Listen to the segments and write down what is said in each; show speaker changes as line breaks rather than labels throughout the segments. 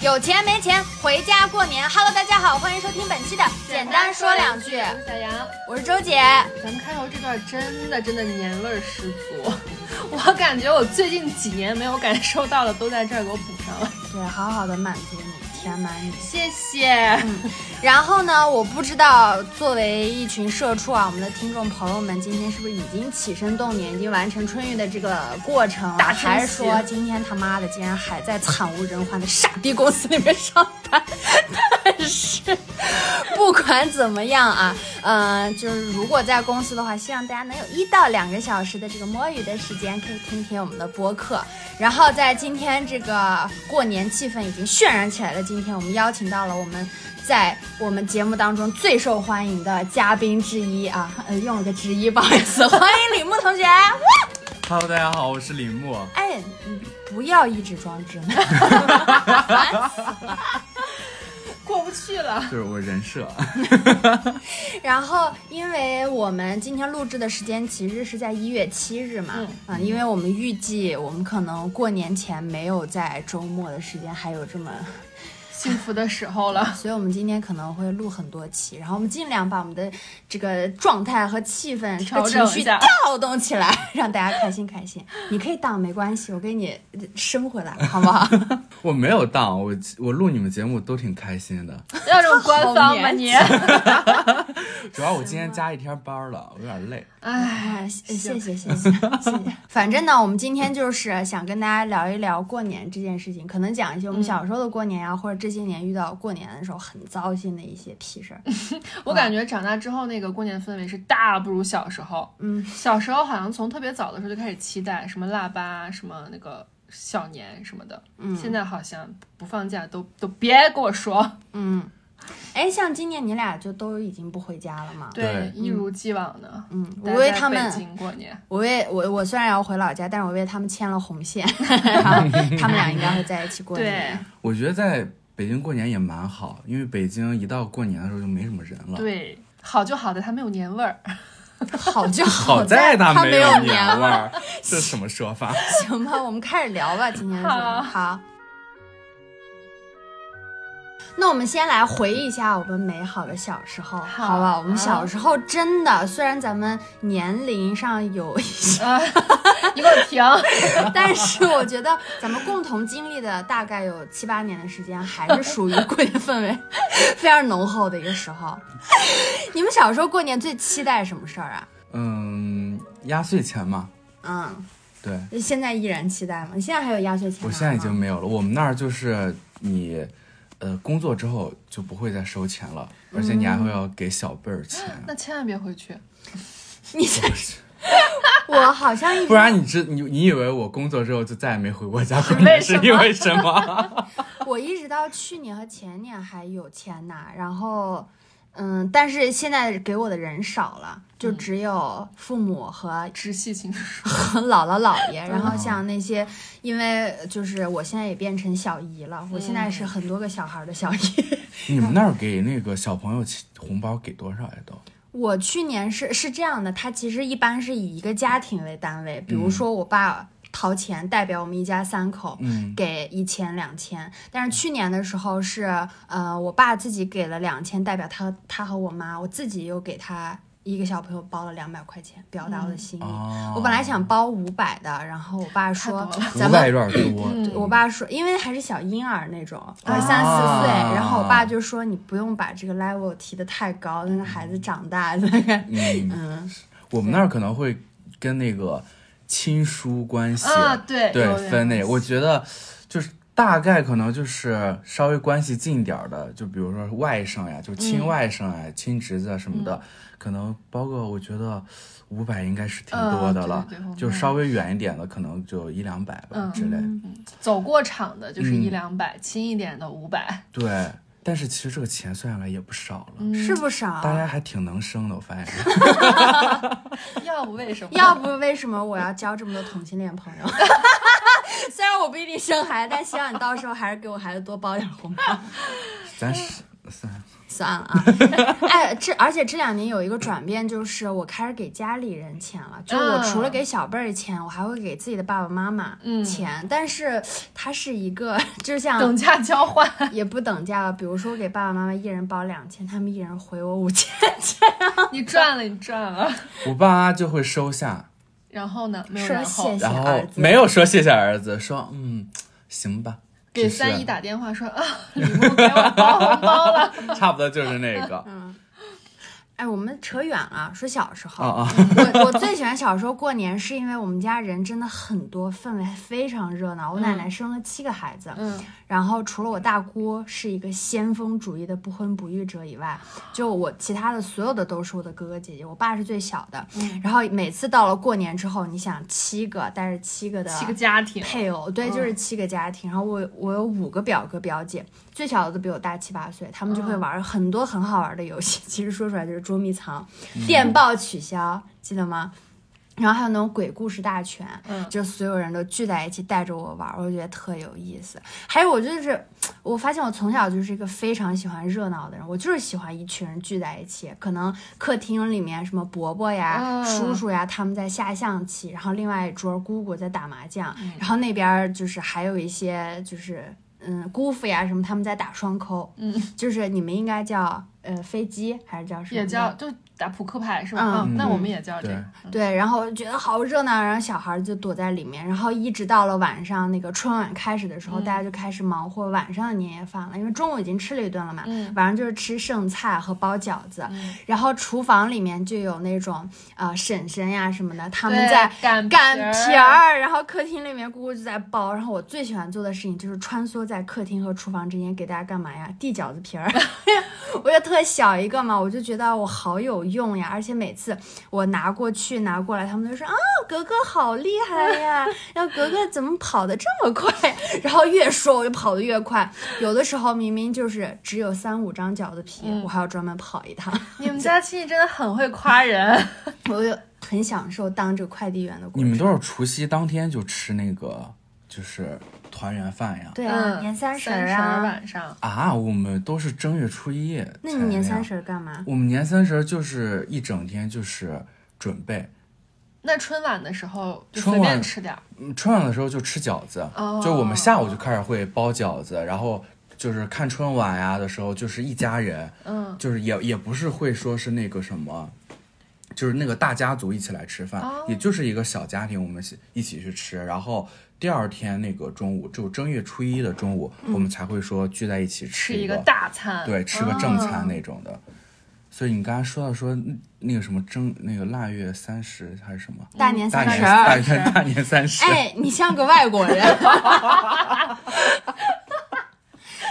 有钱没钱，回家过年。Hello，大家好，欢迎收听本期的简单说两句。
我是小杨，
我是周姐，
咱们开头这段真的真的年味儿十足， 我感觉我最近几年没有感受到的都在这儿给我补上了，
对，好好的满足你，填满你。
谢谢。
然后呢，我不知道作为一群社畜啊，我们的听众朋友们今天是不是已经起身动念，已经完成春运的这个过程了？
大升级
还是说今天他妈的竟然还在惨无人寰的傻逼公司里面上班？但是不管怎么样啊， 嗯、就是如果在公司的话，希望大家能有一到两个小时的这个摸鱼的时间，可以听听我们的播客。然后在今天这个过年气氛已经渲染起来了，今天我们邀请到了我们在我们节目当中最受欢迎的嘉宾之一啊， 呃，用了个之一，不好意思，欢迎李牧同学。
Hello，大家好，我是李牧。
哎，你不要一直装直男，烦死。
过不去了，
就是我人设，
然后，因为我们今天录制的时间其实是在一月七日嘛，
嗯
啊，因为我们预计我们可能过年前没有在周末的时间还有这么，
幸福的时候了。
所以我们今天可能会录很多期，然后我们尽量把我们的这个状态和气氛、
调
和
整
情
一
绪
下
调动起来，让大家开心开心。你可以当没关系，我给你呃升回来了，好不好？
我没有当我我录你们节目都挺开心 的，
要这种官方吗
好
你？
主要我今天加一天班了，我有点累。
哎，
哎，谢谢谢谢 谢谢。反正呢，我们今天就是想跟大家聊一聊过年这件事情，可能讲一些我们
嗯
小时候的过年呀、或者这些年遇到过年的时候很糟心的一些屁事儿。
我感觉长大之后那个过年氛围是大不如小时候。
嗯，
小时候好像从特别早的时候就开始期待什么腊八，什么那个小年什么的。
嗯
现在好像不放假都都别跟我说，
嗯，哎，像今年你俩就都已经不回家了嘛？
对
一如既往的。
嗯，我
待
为
在
他
北
们，
京过年，
我为我我虽然要回老家，但是我为他们牵了红 线，然后他们俩应该会在一起过
对
年。
我觉得在北京过年也蛮好，因为北京一到过年的时候就没什么人了。，
对，好就好的，它没有年味 儿。
好就
好
在
在它
他
有
有
年
味
味
儿。
儿，这是什么说 法？
行吧，我们开始聊吧，今天是
好
好。那我们先来回忆一下我们美好的小时候，
好啊
好吧？我们小时候真的，虽然咱们年龄上有一 些，
啊，你给我停！
但是我觉得咱们共同经历的大概有七八年的时间，还是属于过年氛围非常浓厚的一个时候。 你们小时候过年最期待什么事儿啊？
嗯，压岁钱嘛，
嗯，
对，
现在依然期待吗？你现在还有压岁钱拿吗？
我现在已经没有了。我们那儿就是你，呃，工作之后就不会再收钱了，而且你还会要给小辈儿 钱。
那千万别回去。
你在，我好像一直
不然你知你你以为我工作之后就再也没回过家过年，是因为什 么？
我一直到去年和前年还有钱拿，然后，嗯，但是现在给我的人少了，就只有父母和
直系亲属，
和姥姥姥爷，然后像那些，因为就是我现在也变成小姨了，我现在是很多个小孩的小姨。
你们那儿给那个小朋友起红包给多少呀？都
我去年是是这样的，他其实一般是以一个家庭为单位，比如说我爸掏钱代表我们一家三口，
嗯，
给一千两千，但是去年的时候是呃，我爸自己给了两千，代表他他和我妈，我自己又给他一个小朋友包了两百块钱，表达我的心意。
哦，
嗯我本来想包五百的，然后我爸说
太多了
咱
五百
们。嗯
有点多，对
我爸说，因为还是小婴儿那种，才三四
啊
岁，然后我爸就说你不用把这个 level 提得太高，那个孩子长大 大概，
嗯，
嗯，
我们那儿可能会跟那个亲疏关系
啊
嗯
对
对
有
分那个，我觉得就是大概可能就是稍微关系近点儿的，就比如说外甥呀，就亲
嗯
外甥呀、亲侄子啊什么的，可能包括我觉得五百应该是挺多的了，
嗯对对对
就稍微远一点的可能就一两百吧、
嗯
之类。
走过场的就是一两百，亲一点的五百。
对，但是其实这个钱算下来也不少了，
嗯
是不少。
大家还挺能生的，我发现。
要不为什么？
要不为什么我要交这么多同性恋朋友？ 虽然我不一定生孩子，但希望你到时候还是给我孩子多包点红包。
咱是算
算了 啊。哎，这而且这两年有一个转变，就是我开始给家里人钱
嗯
了，就是我除了给小辈儿钱，我还会给自己的爸爸妈妈钱，但是它是一个，就像
嗯等价交换，
也不等价了。比如说，我给爸爸妈妈一人包两千，他们一人回我五千，
你赚了，你赚了。
我爸妈就会收下，
然后呢？没有
说
然后
谢。谢
然
儿
后
子，
没有说谢谢儿子，说嗯行吧，
给
就是
三姨打电话说啊，礼物给我包红包 了。
差不多就是那个
哎，我们扯远了，说小时候。
啊啊，
我我最喜欢小时候过年，是因为我们家人真的很多，氛围非常热闹。我奶奶生了七个孩子，
嗯，
然后除了我大姑是一个先锋主义的不婚不育者以外，就我其他的所有的都是我的哥哥姐姐，我爸是最小的。
嗯
然后每次到了过年之后，你想七个带着七个的
七个家庭，嗯
配偶，对，就是七个家庭。然后我我有五个表哥表姐，最小的都比我大七八岁，他们就会
嗯
玩很多很好玩的游戏。 其实说出来就是捉迷藏、
嗯
电报取消，记得吗？然后还有那种鬼故事大全，
嗯
就所有人都聚在一起带着我玩，我就觉得特有意思。还有我就是，我发现我从小就是一个非常喜欢热闹的人，我就是喜欢一群人聚在一起，可能客厅里面什么伯伯呀、
嗯
叔叔呀，他们在下象棋，然后另外一桌姑姑在打麻将，
嗯
然后那边儿就是还有一些就是。嗯，姑父呀什么，他们在打双扣，
嗯，
就是你们应该叫呃飞机还是叫什么？
也叫就打扑克牌是吧？
嗯
啊，那我们也叫这
对
个。
对，然后觉得好热闹，然后小孩儿就躲在里面，然后一直到了晚上那个春晚开始的时候，
嗯
大家就开始忙活晚上的年夜饭了，因为中午已经吃了一顿了嘛，
嗯
晚上就是吃剩菜和包饺子，
嗯
然后厨房里面就有那种呃婶婶呀什么的，他们
对
在。
擀
擀皮
皮，
儿，然后客厅里面姑姑就在包，然后我最喜欢做的事情就是穿梭在客厅和厨房之间，给大家干嘛呀？递饺子皮儿， 我就特小一个嘛，我就觉得我好有用呀，而且每次我拿过去拿过来，他们都说啊，格格好厉害呀，然后格格怎么跑得这么快？ 然后越说我就跑得越快，有的时候明明就是只有三五张饺子皮，
嗯
我还要专门跑一趟，
你们家亲戚真的很会夸人。
我就很享受当这个快递员的过
你
程。
们都是除夕当天就吃那个就是团圆饭呀？
对啊，
嗯，
年三十
十儿
儿啊。
晚上，
啊，我们都是正月初一才
那你年
样
三十儿干嘛？
我们年三十儿就是一整天就是准备，
那春晚的时候就
春
随便
晚
吃点儿。
嗯春晚的时候就吃饺子，
哦
就是我们下午就开始会包饺子，然后就是看春晚呀、的时候，就是一家人，
嗯，
就是也也不是会说是那个什么。就是那个大家族一起来吃饭，
哦
也就是一个小家庭，我们一起去吃。然后第二天那个中午，就正月初一的中午，我们才会说聚在一起
嗯吃
吃
一
个
个大餐，
对，吃个正
哦
餐那种的。所以你刚才说到说那那个什么正那个腊月三十还是什么
大年
大
三
年
十
大
儿，
年大年三十，
哎，你像个外国人。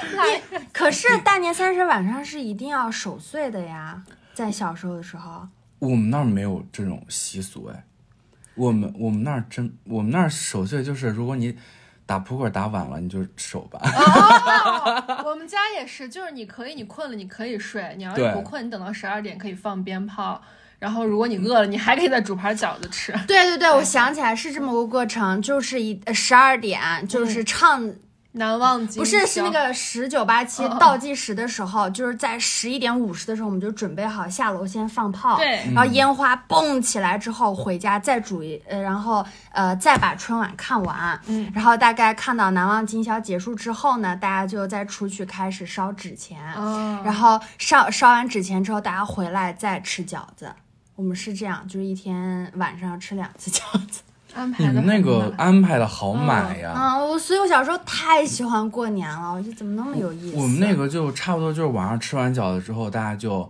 你 可是大年三十晚上是一定要守岁的呀，在小时候的时候，
我们那儿没有这种习俗哎，我们我们那儿真我们那儿守岁就是如果你打扑克打晚了你就守吧，
哦 我们家也是，就是你可以，你困了你可以睡，你要是
对
不困，你等到十二点可以放鞭炮。然后，如果你饿了，你还可以再煮盘饺子吃。
对对对，我想起来是这么个过程，就是一呃十二点，就是唱
难忘今宵
不是，是那个十九八七
哦哦
倒计时的时候，就是在十一点五十的时候，我们就准备好下楼先放炮，
对
然后烟花蹦起来之后回家再煮一，呃，然后呃再把春晚看完，
嗯，
然后大概看到难忘今宵结束之后呢，大家就再出去开始烧纸钱，
啊，
然后烧烧完纸钱之后，大家回来再吃饺子。我们是这样，就是一天晚上要吃两次饺子。
安排
你
的
们那个啊安排的好
嗯
满呀。
啊，我所以我小时候太喜欢过年了，我觉得怎么那么有意思。啊
我们那个就差不多就是晚上吃完饺子之后，大家就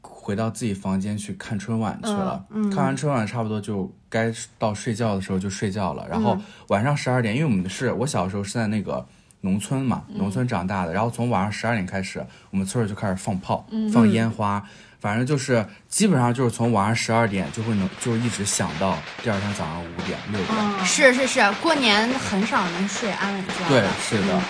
回到自己房间去看春晚去了。
嗯
看完春晚差不多就该到睡觉的时候就睡觉了。然
嗯
后晚上十二点，因为我们是我小时候是在那个农村嘛，
嗯
农村长大的，然后从晚上十二点开始，我们村儿就开始放炮、
嗯
放烟花。反正就是基本上就是从晚上十二点就会能就一直想到第二天早上五点六点，
啊
是是是，过年很少能睡安稳觉
对
的。，
是的，
嗯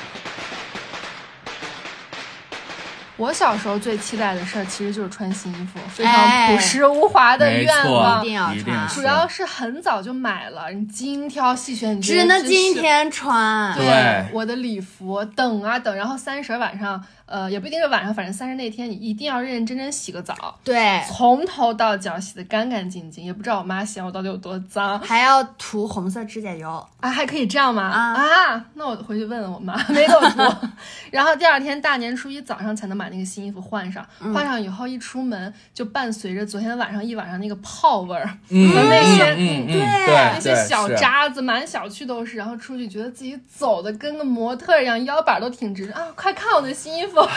我小时候最期待的事儿其实就是穿新衣服，非
哎
常朴实无华的
没
愿
错，
望
一。定要穿
是
主要是很早就买了，你精挑细选，你觉得
只能
这
今
是。
天穿。
对
我的礼服等啊等，然后三十晚上呃，也不一定是晚上，反正三十那天你一定要认认真真洗个澡，
对，
从头到脚洗得干干净净，也不知道我妈嫌我到底有多脏
还要涂红色指甲油。
啊，还可以这样吗？
啊
啊，那我回去问问我妈，没给我 涂。 然后第二天大年初一早上才能把那个新衣服换上，
嗯
换上以后一出门就伴随着昨天晚上一晚上那个泡味儿，
嗯
和那些
嗯嗯嗯
对
那
对
些
对
小
是啊
渣子满小区都是，然后出去觉得自己走的跟个模特儿一样，腰板都挺直啊！快看我的新衣服，
我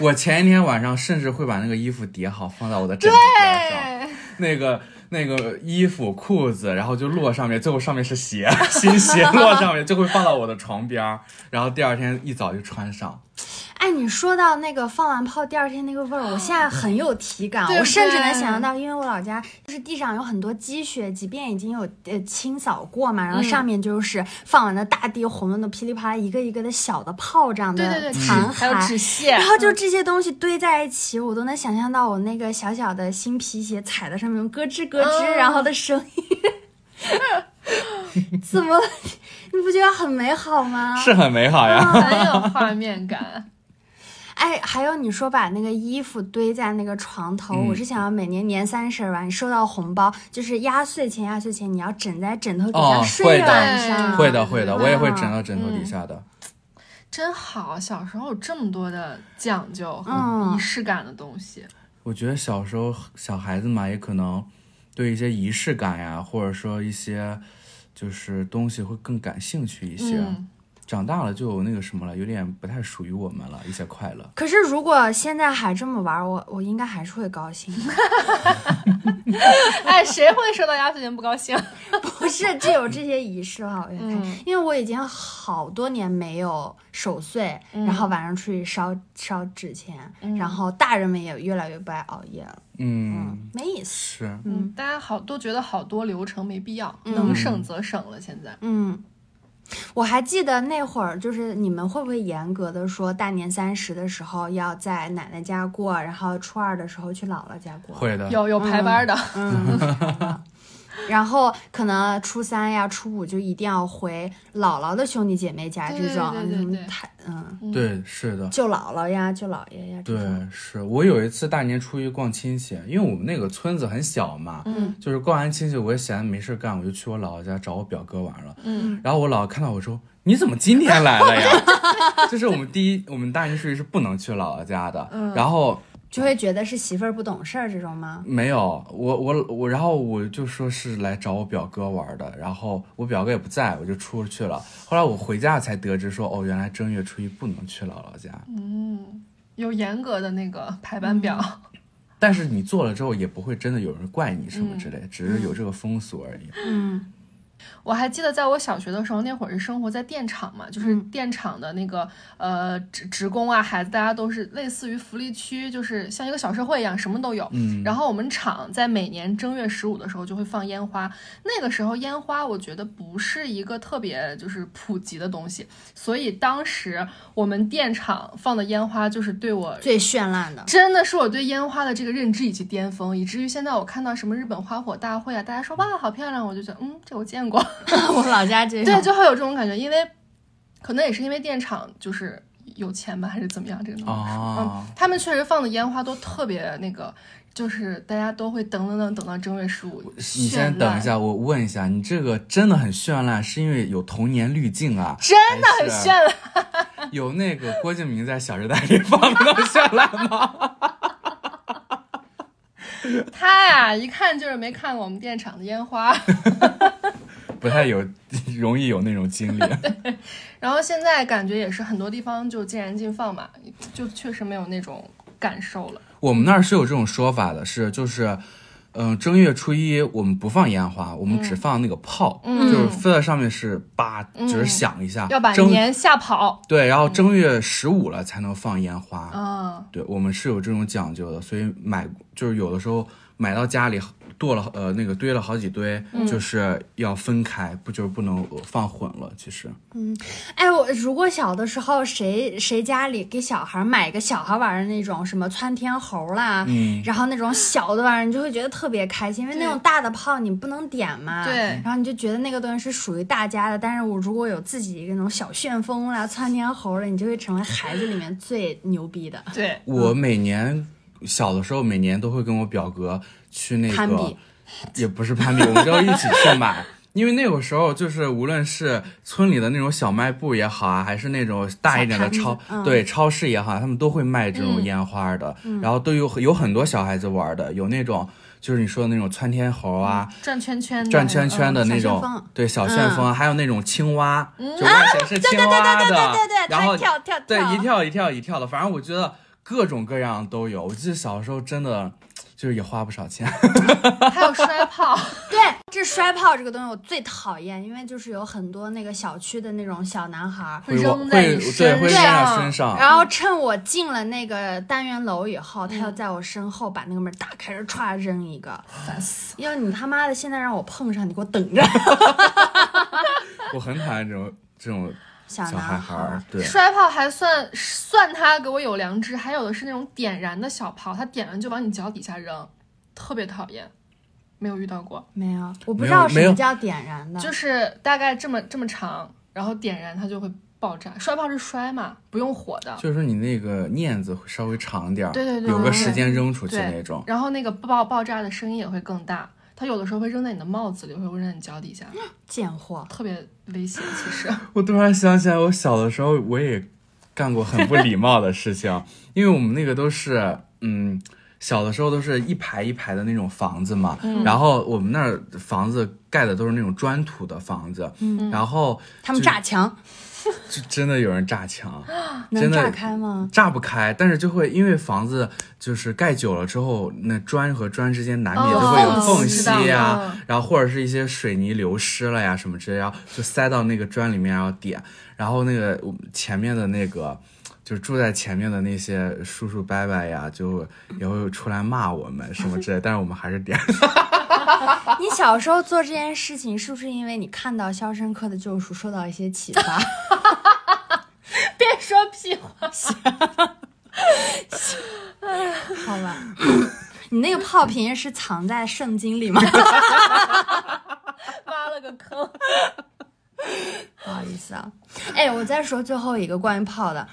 我前一天晚上甚至会把那个衣服叠好，放在我的枕头边上，
哎，
那个那个衣服裤子，然后就落上面，最后上面是鞋， 新鞋落上面就会放到我的床边儿，然后第二天一早就穿上。
哎，你说到那个放完炮第二天那个味儿，我现在很有体感，
对不
我甚至能
对
想象到，因为我老家就是地上有很多积雪，即便已经有呃清扫过嘛，然后
嗯
上面就是放完的大地红的那噼里啪啦一个一个的小的炮仗
对对
的
对，
嗯
残骸，
还有 纸屑
然，后就这些东西堆在一起，我都能想象咯吱咯吱到我那个小小的新皮鞋踩在上面咯吱咯吱，
嗯
然后的声音， 怎么了？你不觉得很美好吗？
是很美好呀。
很有画面感。
哎，还有你说把那个衣服堆在那个床头，
嗯
我是想要每年年三十晚收到红包，就是压岁钱，压岁钱你要枕在枕头底下
哦
睡一
会的
晚上，
会的，会的，
嗯
我也会枕到枕头
嗯
底下的。
真好，小时候有这么多的讲究
嗯
和仪式感的东西。
我觉得小时候小孩子嘛，也可能对一些仪式感呀，或者说一些就是东西会更感兴趣一些。
嗯，
长大了就有那个什么了，有点不太属于我们了，一些快乐。
可是如果现在还这么玩，我我应该还是会高兴的。
哎，谁会收到压岁钱不高兴？
不是，就有这些仪式的话，我就看，
嗯
因为我已经好多年没有守岁，
嗯
然后晚上出去烧烧纸钱，
嗯
然后大人们也越来越不爱熬夜了，
嗯，
嗯，没意思，
是。
嗯，大家好都觉得好多流程没必要，
嗯
能省则省了。现在
嗯。我还记得那会儿，就是你们会不会严格的说，大年三十的时候要在奶奶家过，然后初二的时候去姥姥家过？
会的，
有有排班的，
嗯， 然后可能初三呀、初五就一定要回姥姥的兄弟姐妹家，这
对
种
对对
什么
对
太嗯
嗯，
对，是的，
舅姥姥呀、舅姥爷呀这
对
种。，
是我有一次大年初一逛亲戚，因为我们那个村子很小嘛，
嗯
就是逛完亲戚我也闲着没事干，我就去我姥姥家找我表哥玩了。
嗯，
然后我姥姥看到我说：“你怎么今天来了呀？” 就是我们第一，我们大年初一是不能去姥姥家的。
嗯
然后
就会觉得是媳妇儿不懂事儿这种吗？
没有我我我，然后我就说是来找我表哥玩的，然后我表哥也不在，我就出去了。后来我回家才得知说，哦，原来正月初一不能去姥姥家。
嗯，有严格的那个排班表。
但是你做了之后，也不会真的有人怪你什
嗯
么之类，只是有这个风俗而已。
嗯
我还记得在我小学的时候，那会儿是生活在电厂嘛，就是电厂的那个呃职职工啊，孩子大家都是类似于福利区，就是像一个小社会一样，什么都有。
嗯
然后我们厂在每年正月十五的时候就会放烟花，那个时候烟花我觉得不是一个特别就是普及的东西，所以当时我们电厂放的烟花就是对我
最绚烂的，
真的是我对烟花的这个认知以及巅峰，以至于现在我看到什么日本花火大会啊，大家说哇好漂亮，我就觉得嗯这我见过，
我老家
哎
这
对，
种。
就会有这种感觉，因为可能也是因为电厂就是有钱吧，还是怎么样这个东西，
哦，
他们确实放的烟花都特别那个，就是大家都会等等等等到正月十五，
你先等一
绚烂，
下，我问一下，你这个真的很绚烂，是因为有童年滤 镜啊？
真的很
还是
绚烂。
有那个郭敬明在《小时代》里放的那么绚烂 吗？
他呀、一看就是没看过我们电厂的烟花。
不太有，容易有那种经历。
然后现在感觉也是很多地方就尽燃尽放嘛，就确实没有那种感受了。
我们那儿是有这种说法的，是就是，嗯、正月初一我们不放烟花，我们只放那个炮，
嗯
就是飞在上面是叭，只是响一下。
要把嗯
正
年吓跑。
对，然后正月十五了才能放烟花。
啊、
对，我们是有这种讲究的，所以买就是有的时候买到家里剁了呃那个堆了好几堆，
嗯
就是要分开，不就是不能放混了。其实
哎，我如果小的时候谁谁家里给小孩买个小孩玩的那种什么窜天猴啦，
嗯
然后那种小的玩意儿，你就会觉得特别开心，因为那种大的炮你不能点嘛，
对
然后你就觉得那个东西是属于大家的。但是我如果有自己一个那种小旋风啦、窜天猴了，你就会成为孩子里面最牛逼的。
对，
我每年小的时候，每年都会跟我表哥去那
攀
个
比，
也不是攀比，我们就要一起去买。 因为那个时候，就是无论是村里的那种小卖部也好啊，还是那种大一点的
小
超
摊子，嗯
对超市也好，他们都会卖这种烟花的，
嗯
然后都有有很多小孩子玩的，有那种就是你说的那种窜天猴啊，
转圈圈的，
转圈圈的
嗯
那
小旋
种，
风
对小旋风，还有那种青蛙，就外形是青
啊
蛙
对对对对
的，
对对对
然后
跳跳
对
啊
跳
一跳一跳一跳的，反正我觉得各种各样都有。我记得小时候真的就是也花不少钱，
嗯，还有摔炮，
对，这摔炮这个东西我最讨厌，因为就是有很多那个小区的那种小男孩儿，
会
会
扔
往
在
会
你
对
身
会扔
上
到身上，
然后趁我进了那个单元楼以后，他又在我身后把那个门打开，然后歘扔一个，
烦死！
要你他妈的现在让我碰上，你给我等着！
我很讨厌这种这种
小
小
男
男
孩
孩
儿
儿，对。
摔炮还算算他给我有良知，还有的是那种点燃的小炮，他点完就往你脚底下扔，特别讨厌，没有遇到过，
没有，我不
没
知道
有
什
没有
么叫点燃的，
就是大概这么这么长，然后点燃它就会爆炸。摔炮是摔嘛，不用火的，
就是你那个念子会稍微长点儿，
啊对对对
有
对
个时间扔出去
对
那种。
然后那个爆爆炸的声音也会更大，它有的时候会扔在你的帽子里，有时候会扔在你脚底下，
贱货。
特别危险。其实，
我突然想起来，我小的时候我也干过很不礼貌的事情，因为我们那个都是，嗯，小的时候都是一排一排的那种房子嘛，
嗯
然后我们那儿房子盖的都是那种砖土的房子，
嗯
然后
他们
就
炸墙
就真的有人炸墙，
能
真
炸
的
开吗？
炸不开，但是就会因为房子就是盖久了之后，那砖和砖之间难免
哦
就会有
缝
缝
隙
隙
知
呀、
道嗯
然后或者是一些水泥流失了呀什么之类，然后就塞到那个砖里面，然后点，然后那个我们前面的那个。就是住在前面的那些叔叔伯伯呀，就也会出来骂我们什么之类，但是我们还是点。
你小时候做这件事情，是不是因为你看到《肖申克的救赎》受到一些启发？
别说屁话，
好吧， 你那个炮瓶是藏在圣经里吗？
挖了个坑。
不好意思啊，哎，我再说最后一个关于炮的。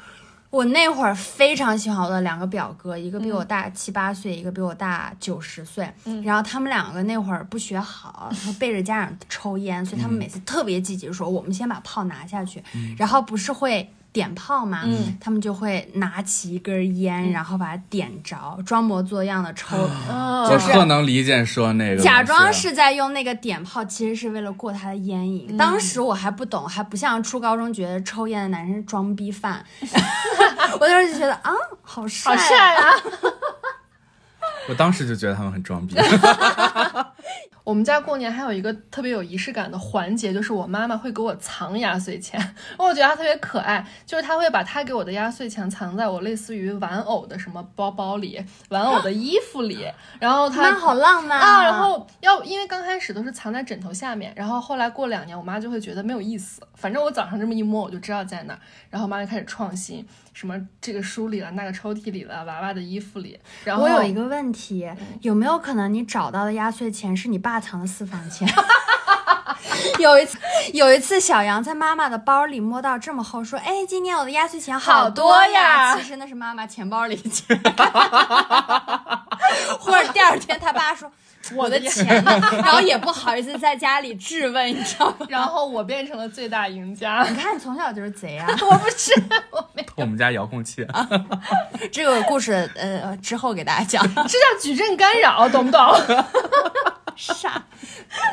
我那会儿非常喜欢我的两个表哥，一个比我大七八岁，一个比我大九十岁。然后他们两个那会儿不学好，然后背着家长抽烟，所以他们每次特别积极说：“我们先把炮拿下去。然后不是会点炮嘛，他们就会拿起一根烟，然后把它点着，装模作样的抽。
嗯，
我特能理解说那个东西
哦
啊
假装是在用那个点炮，其实是为了过他的烟瘾。
嗯
当时我还不懂，还不像初高中觉得抽烟的男生是装逼 犯，我当时就觉得啊，好帅、
好帅啊！
我当时就觉得他们很装逼。
我们家过年还有一个特别有仪式感的环节，就是我妈妈会给我藏压岁钱， 我觉得她特别可爱，就是她会把她给我的压岁钱藏在我类似于玩偶的什么包包里、玩偶的衣 服里，然后她
妈好浪漫
啊，然后要因为刚开始都是藏在枕头下面，然后后来过两年，我妈就会觉得没有意思。反正我早上这么一摸，我就知道在哪儿，然后妈就开始创新，什么这个书里了，那个抽屉里了，娃娃的衣服里。然后
我有一个问题，有没有可能你找到的压岁钱是你爸藏的私房钱？ 有一次，有一次，小杨在妈妈的包里摸到这么厚，说：“哎，今年我的压岁钱
好
多
多呀
其实那是妈妈钱包里的钱。 或者第二天他爸说：“我的钱呢？”然后也不好意思在家里质问，你知道吗？
然后我变成了最大赢家。
你看，你从小就是贼啊！
我不是，我没，
我们家遥控器，啊
这个故事，呃，之后给大家讲。
这叫矩阵干扰，懂不懂？
傻，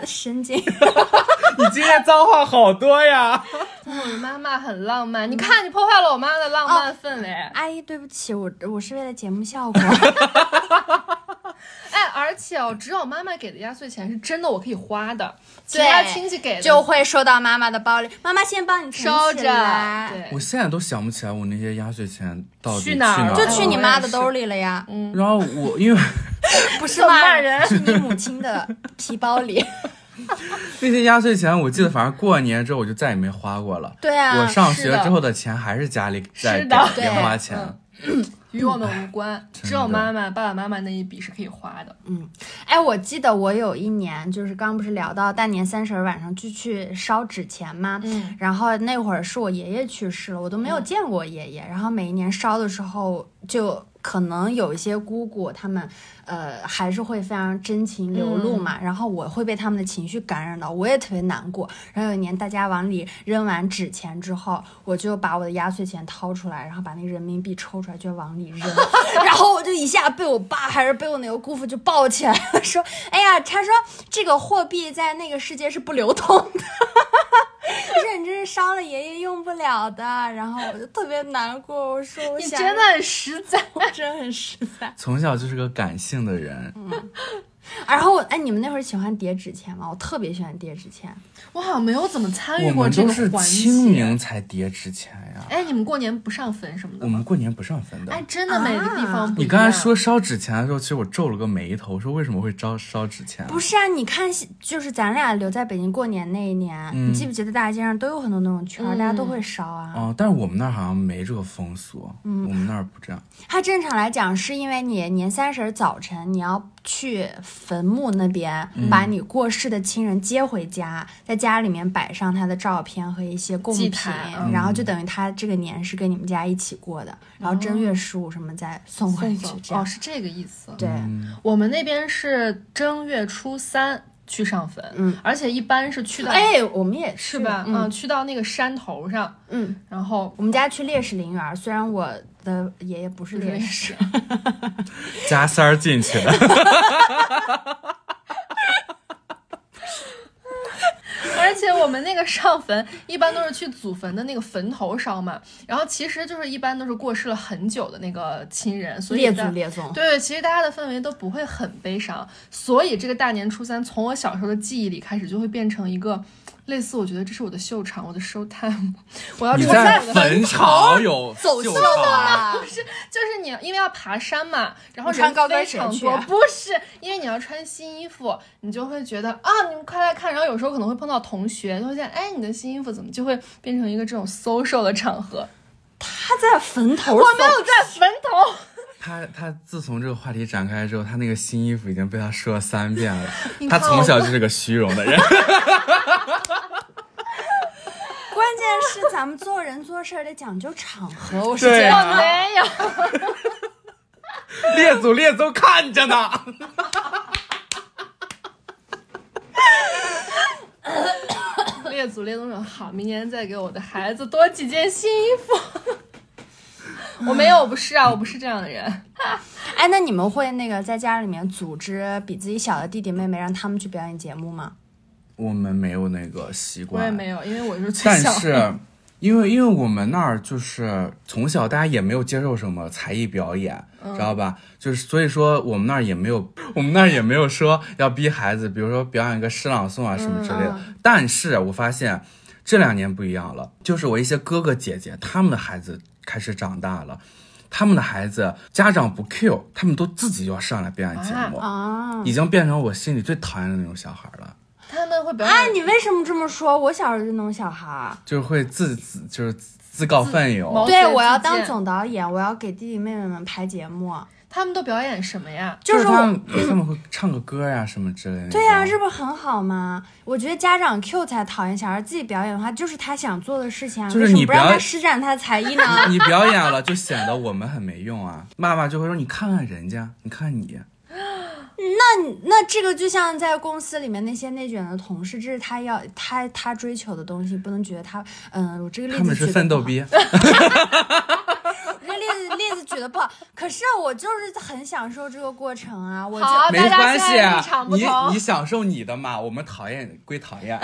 神经。
你今天脏话好多呀！
我嗯妈妈很浪漫，你看你破坏了我妈的浪漫氛围。
阿姨，对不起，我我是为了节目效果。
哎，而且哦，只有妈妈给的压岁钱是真的，我可以花的，其
对
他亲戚给的
就会收到妈妈的包里，妈妈先帮你存
收
起
着，啊
来，
对
我现在都想不起来我那些压岁钱到底
去
哪
哪儿了
儿
嗯
了 嗯
就去你妈的兜里了呀。
然后我因为
不是
怎么
骂
骂人
是你母亲的皮包里。
那些压岁钱，我记得反正过完年之后我就再也没花过了。
对啊，
我上
是
学
的
之后的钱还是家里在
是
给
的
对
零花钱。
嗯与我们无关，
的
只有妈妈、爸爸妈妈那一笔是可以花的。
哎，我记得我有一年，就是刚不是聊到大年三十儿晚上就去烧纸钱吗？
嗯，
然后那会儿是我爷爷去世了，我都没有
嗯
见过爷爷。然后每一年烧的时候，就可能有一些姑姑他们，呃，还是会非常真情流露嘛。然后我会被他们的情绪感染到，我也特别难过。然后有一年大家往里扔完纸钱之后，我就把我的压岁钱掏出来，然后把那个人民币抽出来就往 里扔，然后我就一下被我爸还是被我哪个姑父就抱起来了，说：“哎呀，他说这个货币在那个世界是不流通的。” 就是你这是烧了爷爷用不了的，然后我就特别难过，我说我
你
想
真的很实在。
我真的很实在。
从小就是个感性的人，
嗯
然后我哎，你们那会儿喜欢叠纸钱吗？我特别喜欢叠纸钱，
我好像没有怎么参与
我
过
们
这
都
个
是
环
清
节。
明才叠纸钱呀。
哎，你们过年不上坟什么的
我
吗？
们过年不上坟的。啊
哎，真的每个地方不一样。
你刚才说烧纸钱的时候，其实我皱了个眉头，我说为什么会烧烧纸钱？
不是啊？你看，就是咱俩留在北京过年那一年，
嗯
你记不记得大街上都有很多那种圈儿，
嗯
大家都会烧啊。
哦，但是我们那儿好像没这个风俗，
嗯
我们那儿不这样。
它正常来讲，是因为你年三十儿早晨你要去坟墓那边、
嗯
把你过世的亲人接回家，在家里面摆上他的照片和一些贡
祭
品
台，
然
嗯
后就等于他这个年是跟你们家一起过的，然后正月十五什么再送回
哦送
去
走
这
哦，
样。
是这个意思。
对，
嗯
我们那边是正月初三去上坟，
嗯，
而且一般是去到
哎，我们也
是吧？
嗯
去到那个山头上，
嗯，
然后
我们家去烈士陵园，虽然我的爷爷不是烈
烈
士，
士，
加三儿进去的，
而且我们那个上坟一般都是去祖坟的那个坟头烧嘛，然后其实就是一般都是过世了很久的那个亲人，所以
列
大
祖列宗。
对，其实大家的氛围都不会很悲伤，所以这个大年初三，从我小时候的记忆里开始，就会变成一个类似，我觉得这是我的秀场，我的 show time，我 要
你
冲啊在我
在
的
坟场有
走秀
秀
啊！
就是你因为要爬山嘛，然后
你穿
人
高跟
非
鞋
常
去
多
啊
不是因为你要穿新衣服，你就会觉得啊，你们快来看。然后有时候可能会碰到同学，就会想，哎，你的新衣服怎么就会变成一个这种 social 的场合？
他在坟头，我
我没有在坟头，
他他自从这个话题展开之后，他那个新衣服已经被他说了三遍了
你。
他
看
从小就是个虚荣的 人，
关键是咱们做人做事儿得讲究场合，我是
对
觉
啊
得
我没有。
列祖列宗看着呢。
列祖列宗说好，明年再给我的孩子多几件新衣服。 我没有，我不是啊，我不是这样的人。
哎，那你们会那个在家里面组织比自己小的弟弟妹妹让他们去表演节目吗？
我们没有那个习
我
惯，
也没有，因为我是最
但
小。
是，因为因为我们那儿就是从小大家也没有接受什么才艺表演，
嗯
知道吧？就是所以说我们那儿也没有，我们那儿也没有说要逼孩子，比如说表演一个诗朗诵啊什么之类的。
嗯
但是我发现这两年不一样了，就是我一些哥哥姐姐他们的孩子开始长大了。他们的孩子家长不 Q，他们都自己要上来表演节目，
啊，
已经变成我心里最讨厌的那种小孩了，
他们会表演，
哎，你为什么这么说？我小时候就弄小孩儿。
就是会自自就是自自告奋勇，
毛
对，
遂
我
自
要
荐
当总导演，我要给弟弟妹妹们排节目，
他们都表演什么呀？
就是
他
我。
们他们会唱个歌呀、什么之类的。
对呀、
呀、
这不是很好吗？我觉得家长 Q 才讨厌，小孩自己表演的话，就是他想做的事情啊，
就是
为什么
你
不让
表
他
演
施展他的才艺呢？
你表演了就显得我们很没用啊。妈妈就会说：“你看看人家，你看你。
那这个就像在公司里面那些内卷的同事，这是他要他他追求的东西，不能觉得他嗯，我这个”例
他
子
们
举
是
得
奋斗
不好，
逼，
我这例子例子举的不好，可是我就是很享受这个过程啊，我就
好啊
没关
大家现
系
在立场不
你
同
你享受你 的嘛，我们讨厌归讨厌，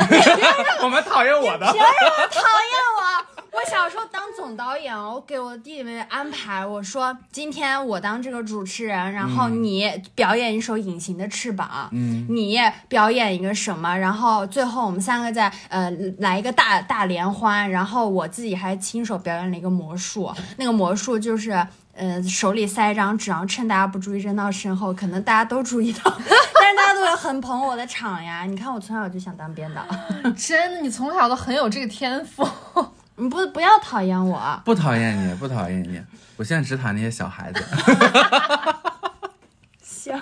我们讨厌我的
凭。什么讨厌我？ 我小时候当总导演，我给我弟弟们安排，我说今天我当这个主持人，然后你表演一首《隐形的翅膀》，
嗯，
你表演一个什么，然后最后我们三个再呃来一个大大联欢，然后我自己还亲手表演了一个魔术，那个魔术就是。呃，手里塞一张纸，然后趁大家不注意扔到身后，可能大家都注意到，但是大家都会很捧我的场呀。你看我从小就想当编导，
真的，你从小都很有这个天赋。
你不不要讨厌我， 啊
不讨厌你，不讨厌你，我现在只讨厌那些小孩子。
行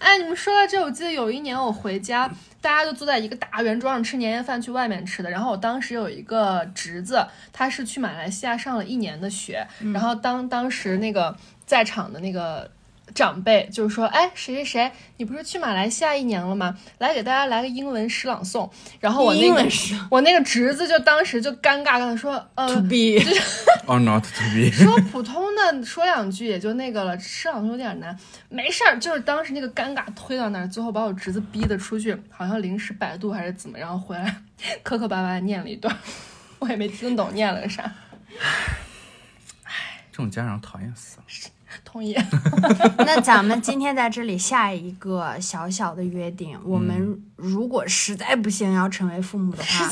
哎，你们说到这，我记得有一年我回家，大家就坐在一个大圆桌上吃年夜饭，去外面吃的。然后我当时有一个侄子，他是去马来西亚上了一年的学，
嗯
然后当当时那个在场的那个。长辈就是说，哎，谁谁谁，你不是去马来西亚一年了吗？来给大家来个英文诗朗诵。然后我那
英
个
文诗
我那个侄子就当时就尴尬跟他说，呃，
B。
Or Oh, not to be。
说普通的说两句也就那个了，吃两句有点难，没事儿，就是当时那个尴尬推到那儿，最后把我侄子逼的出去，好像临时百度还是怎么，然后回来磕磕巴巴地念了一段， 我也没听懂念了个啥。
这种家长讨厌死了。
同意，
那咱们今天在这里下一个小小的约定，我们
嗯
如果实在不行要成为父母的话，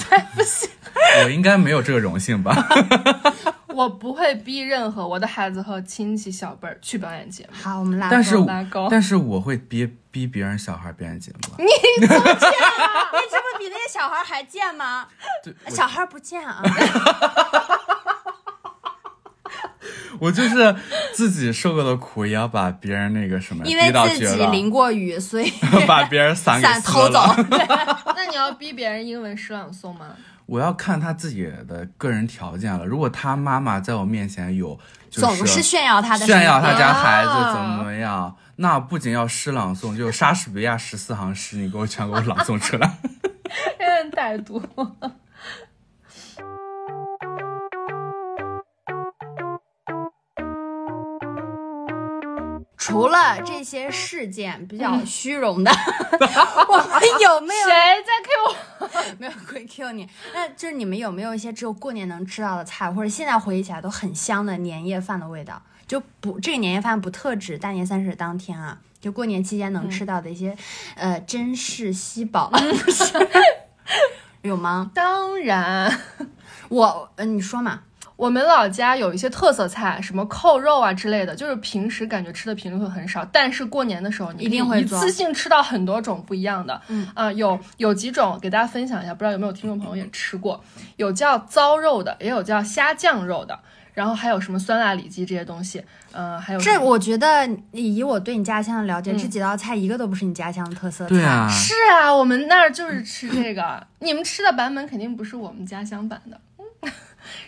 我应该没有这个荣幸 吧？
我不会逼任何我的孩子和亲戚小辈儿去表 演节目。
好， 我们拉钩。
但是
你
拉钩
但是我会逼逼别人小孩表演节目啊。
这不比那些小孩还贱吗？
对我
小孩不贱啊，
哎我就是自己受过的苦，也要把别人那个什么
因为
逼到
自
绝
己
了，
淋过雨，所以
把别 人伞给
伞
撕
偷走。
了。
那你要逼别人英文诗朗诵吗？
我要看他自己的个人条件了。如果他妈妈在我面前有，就
总是炫耀他的
炫
生
耀
活
他家孩子
啊
怎么怎么样，那不仅要诗朗诵，就莎士比亚十四行诗，你给我全给我朗诵出 来。
任歹毒。
除了这些事件比较虚荣的， 我们有没有
谁在 Q 我？
没有鬼 Q 你，那就是你们有没有一些只有过年能吃到的菜，或者现在回忆起来都很香的年夜饭的味道？就不这个年夜饭不特指大年三十当天啊，就过年期间能吃到的一些，呃，珍视稀宝，有吗？
当然。
我，呃，你说嘛？
我们老家有一些特色菜，什么扣肉啊之类的，就是平时感觉吃的频率会很少，但是过年的时候你
一定会
一
做
次性吃到很多种不一样的。
嗯
啊、有有几种给大家分享一下，不知道有没有听众朋友也吃过，有叫糟肉的，也有叫虾酱肉的，然后还有什么酸辣里脊这些东西，呃，还有什
这
么
我觉得以我对你家乡的了解，
嗯
这几道菜一个都不是你家乡的特色菜。
对啊，
是啊，我们那儿就是吃这个， 你们吃的版本肯定不是我们家乡版的。 嗯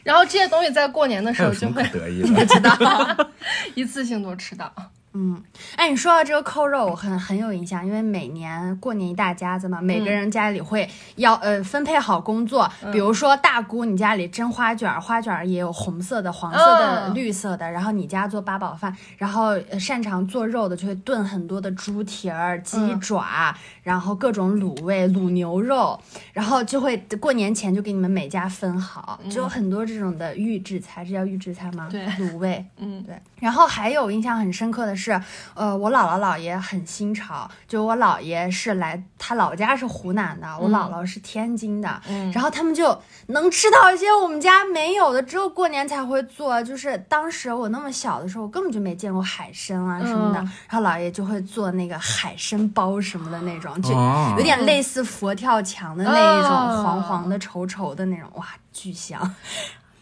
然后这些东西在过年的时
还
候
有什
就
么
会
可得意 的？
一次性都吃到。
嗯，哎，你说到这个扣肉，我很很有印象，因为每年过年一大家子嘛，每
嗯
个人家里会要呃分配好工作，比如说大姑你家里蒸花卷儿，花卷儿也有红色的、黄色的、
嗯
绿色的，然后你家做八宝饭，然后呃擅长做肉的就会炖很多的猪蹄儿、鸡
嗯
爪，然后各种卤味、卤牛肉，然后就会过年前就给你们每家分好，就有很多这种的预制菜，这叫预制菜吗？
嗯对
卤味。
嗯，
对，然后还有印象很深刻的是，呃，我姥姥姥爷很新潮，就我姥爷是来，他老家是湖南的，我姥姥是天津的，
嗯
然后他们就能吃到一些我们家没有的，只有过年才会做。就是当时我那么小的时候，我根本就没见过海参啊什么的，
嗯
然后姥爷就会做那个海参包什么的那种，就
哦
有点类似佛跳墙的那一种，
哦
黄黄的、稠稠的那种，哇，巨香。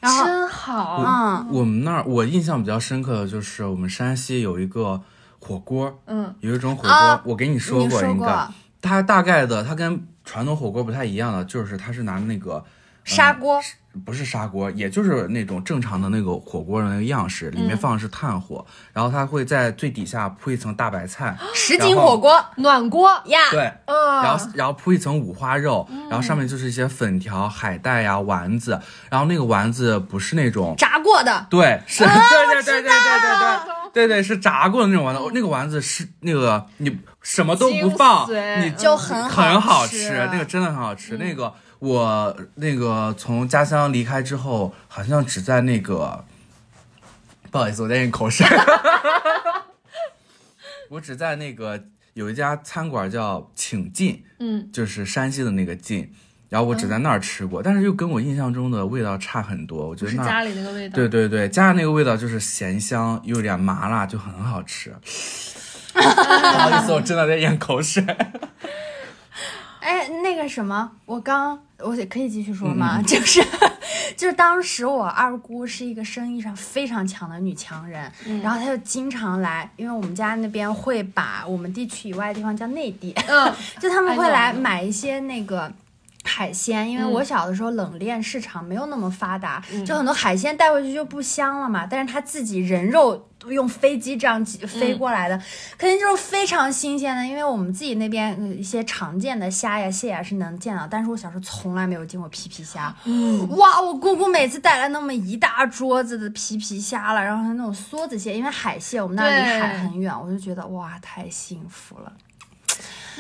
然后，
真好。
嗯，
我们那儿我印象比较深刻的就是我们山西有一个火锅，
嗯，
有一种火锅，
啊
我给你说
你
过
说
应该
过，
它大概的它跟传统火锅不太一样的，就是它是拿那个
砂锅。
不是砂锅，也就是那种正常的那个火锅的那个样式，里
嗯
面放的是炭火，然后它会在最底下铺一层大白菜，
什锦火锅
暖锅。
呀，
对，
嗯，
然后然后铺一层五花肉，然后上面就是一些粉条、海带呀、丸子，然后那个丸子不是那种。
炸过的，
对，
哦
是，对对对对对对对对对，是炸过的那种丸子，那个丸子是那个你什么都不放
精髓，
你
就很
很
好
好
吃
那个真的很好吃。那个我那个从家乡离开之后，好像只在那个，不好意思，我在咽口水。 我只在那个有一家餐馆叫请进，
嗯，
就是山西的那个进，然后我只在那儿吃过，但是又跟我印象中的味道差很多。我觉
不
得
是
那儿
家里那个味道。
对对对，加上那个味道就是咸香，又有点麻辣，就很好吃。 不好意思，我真的在咽口水。
哎，那个什么，我刚我可以继续说吗？就是 就是当时我二姑是一个生意上非常强的女强人，然后她就经常来，因为我们家那边会把我们地区以外的地方叫内地，
嗯，
就他们会
I
来
know
买一些那个。海鲜，因为我小的时候冷链市场没有那么发达，就很多海鲜带回去就不香了嘛。但是他自己人肉用飞机这样挤飞过来的，肯定就是非常新鲜的。因为我们自己那边呃一些常见的虾呀、蟹呀是能见到，但是我小时候从来没有见过皮皮虾。哇，我姑姑每次带来那么一大桌子的皮皮虾了，然后还有那种梭子蟹，因为海蟹我们那儿离
对
海很远，我就觉得哇，太幸福了。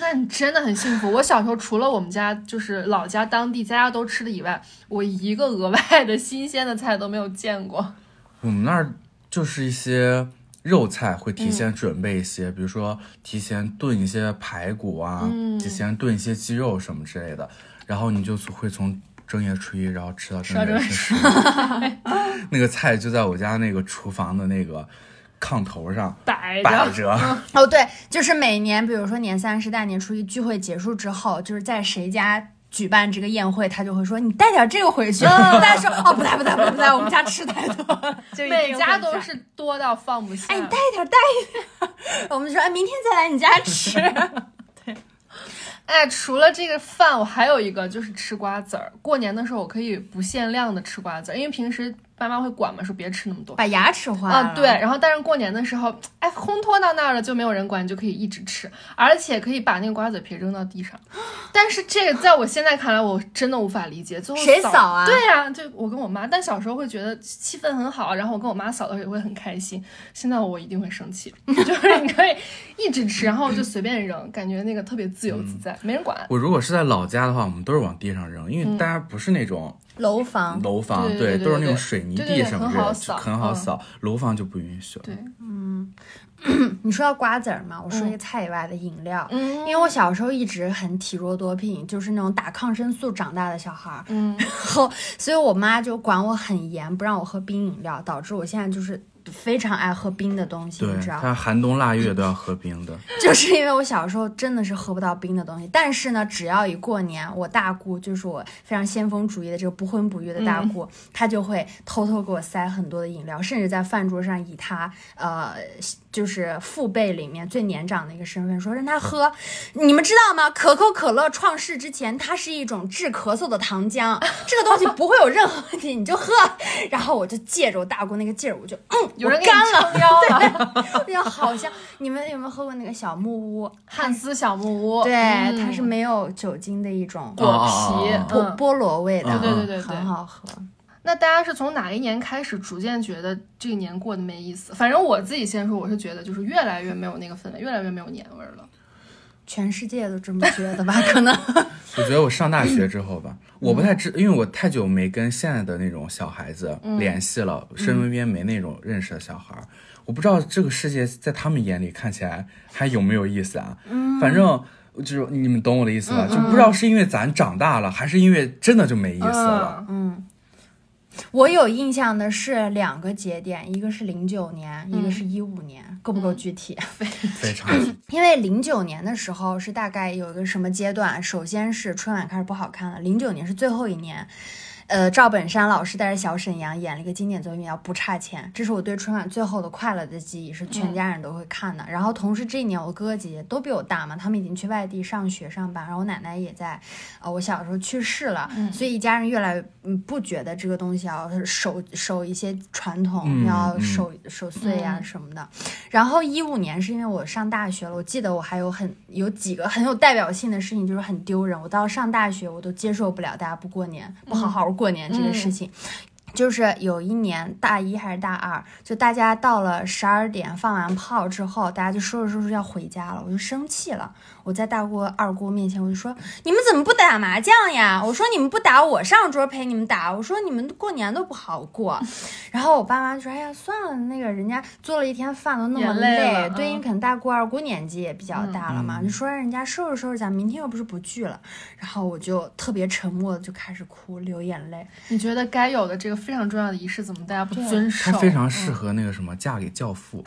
那你真的很幸福。我小时候除了我们家就是老家当地家家都吃的以外，我一个额外的新鲜的菜都没有见过。
我们那儿就是一些肉菜会提
嗯
前准备一些，比如说提前炖一些排骨啊，
嗯
提前炖一些鸡肉什么之类的，然后你就会从正月初一，然后吃到正月初十。那个菜就在我家那个厨房的那个炕头上
摆
摆
着，嗯
着。
哦，对，就是每年，比如说年三十、大年初一聚会结束之后，就是在谁家举办这个宴会，他就会说你带点这个回去。 大家说哦，不带不带不带不带，我们家吃太多了，就一定
每家
会这
都
样。
是多到放不下。
哎，你带一点带一点， 我们就说哎，明天再来你家吃。
哎，除了这个饭，我还有一个就是吃瓜子儿。过年的时候，我可以不限量的吃瓜子儿，因为平时妈妈会管嘛，说别吃那么 多。
把牙齿花了。
啊，对，，然后但是过年的时候，哎，烘托到那儿了就没有人管，你就可以一直吃，而且可以把那个瓜子皮扔到地上。但是这个在我现在看来，我真的无法理解。最后
谁
扫
扫啊
对呀、就我跟我妈，但小时候会觉得气氛很好，然后我跟我妈扫的时候也会很开心。现在我一定会生气， 就是你可以一直吃，然后就随便扔，感觉那个特别自由
嗯
自在，没人管。
我如果是在老家的话，我们都是往地上扔，因为大家不是那种
楼房。
楼房，
嗯对对对对
都是那种水泥
对对
地
对
什么
很
之类
好
的，
扫
就很好
嗯
扫。楼房就不允许了。
对，
你说到瓜子儿嘛，我说一个菜以外的饮料。因
嗯
为我小时候一直很体弱多病，就是那种打抗生素长大的小孩儿，
嗯，
后，所以我妈就管我很严，不让我喝冰饮料，导致我现在就是非常爱喝冰的东西，
对
你，知道吗？
它寒冬腊月都要喝冰的。
就是因为我小时候真的是喝不到冰的东西，但是呢，只要一过年，我大姑就是我非常先锋主义的这个不婚不育的大姑，她就会偷偷给我塞很多的饮料，甚至在饭桌上以她呃就是父辈里面最年长的一个身份说让她喝。你们知道吗？可口可乐创世之前，它是一种治咳嗽的糖浆，这个东西不会有任何问题，你就喝。然后我就借着我大姑那个劲儿，我就嗯，
有人
我
给你
干了。
撑腰了，
哎呀，好像你们有没有喝过那个小木屋？
汉斯小木屋，
对，
嗯
它是没有酒精的一种
果皮
哦哦哦哦，
菠
嗯。
菠萝味的，
对对
对对对
很好喝。
那大家是从哪一年开始逐渐觉得这一年过得没意思？反正我自己先说，我是觉得就是越来越没有那个氛围，越来越没有年味儿了。
全世界都这么觉得吧？ 可能
我觉得我上大学之后吧，我不太知，因为我太久没跟现在的那种小孩子联系了，身边没那种认识的小孩儿，我不知道这个世界在他们眼里看起来还有没有意思啊。反正。就是你们懂我的意思吧？就不知道是因为咱长大了，还是因为真的就没意思
嗯
了。
嗯我有印象的是两个节点，一个是零九年，一个是一五年，够不够具体？
非常
因为零九年的时候是大概有一个什么阶段？首先是春晚开始不好看了，零九年是最后一年。呃，赵本山老师带着小沈阳演了一个经典作品叫《不差钱》，这是我对春晚最后的快乐的记忆，是
嗯
全家人都会看的。然后同时这一年我哥哥姐姐都比我大嘛，他们已经去外地上学上班，然后我奶奶也在，呃，我小时候去世了，所以一家人越来越嗯不觉得这个东西要守守一些传统，
嗯
要
嗯
守守岁呀、
嗯
什么的。然后一五年是因为我上大学了，我记得我还有很有几个很有代表性的事情，就是很丢人。我到上大学我都接受不了大家不过年、不好好过年这个事情。就是有一年大一还是大二，就大家到了十二点放完炮之后，大家就收拾收拾要回家了，我就生气了。我在大姑二姑面前，我就说：“你们怎么不打麻将呀？”我说：“你们不打，我上桌陪你们打。”我说：“你们过年都不好过。”然后我爸妈就说：“哎呀，算了，那个人家做了一天饭都那么
也累了
对，因为
嗯
可能大姑二姑年纪也比较大了嘛，
嗯
就说让人家收拾收拾，咱明天又不是不聚了。”然后我就特别沉默的就开始哭，流眼泪。
你觉得该有的这个非常重要的仪式，怎么大家不
对
遵守？
她非常适合那个什么，嫁给教父。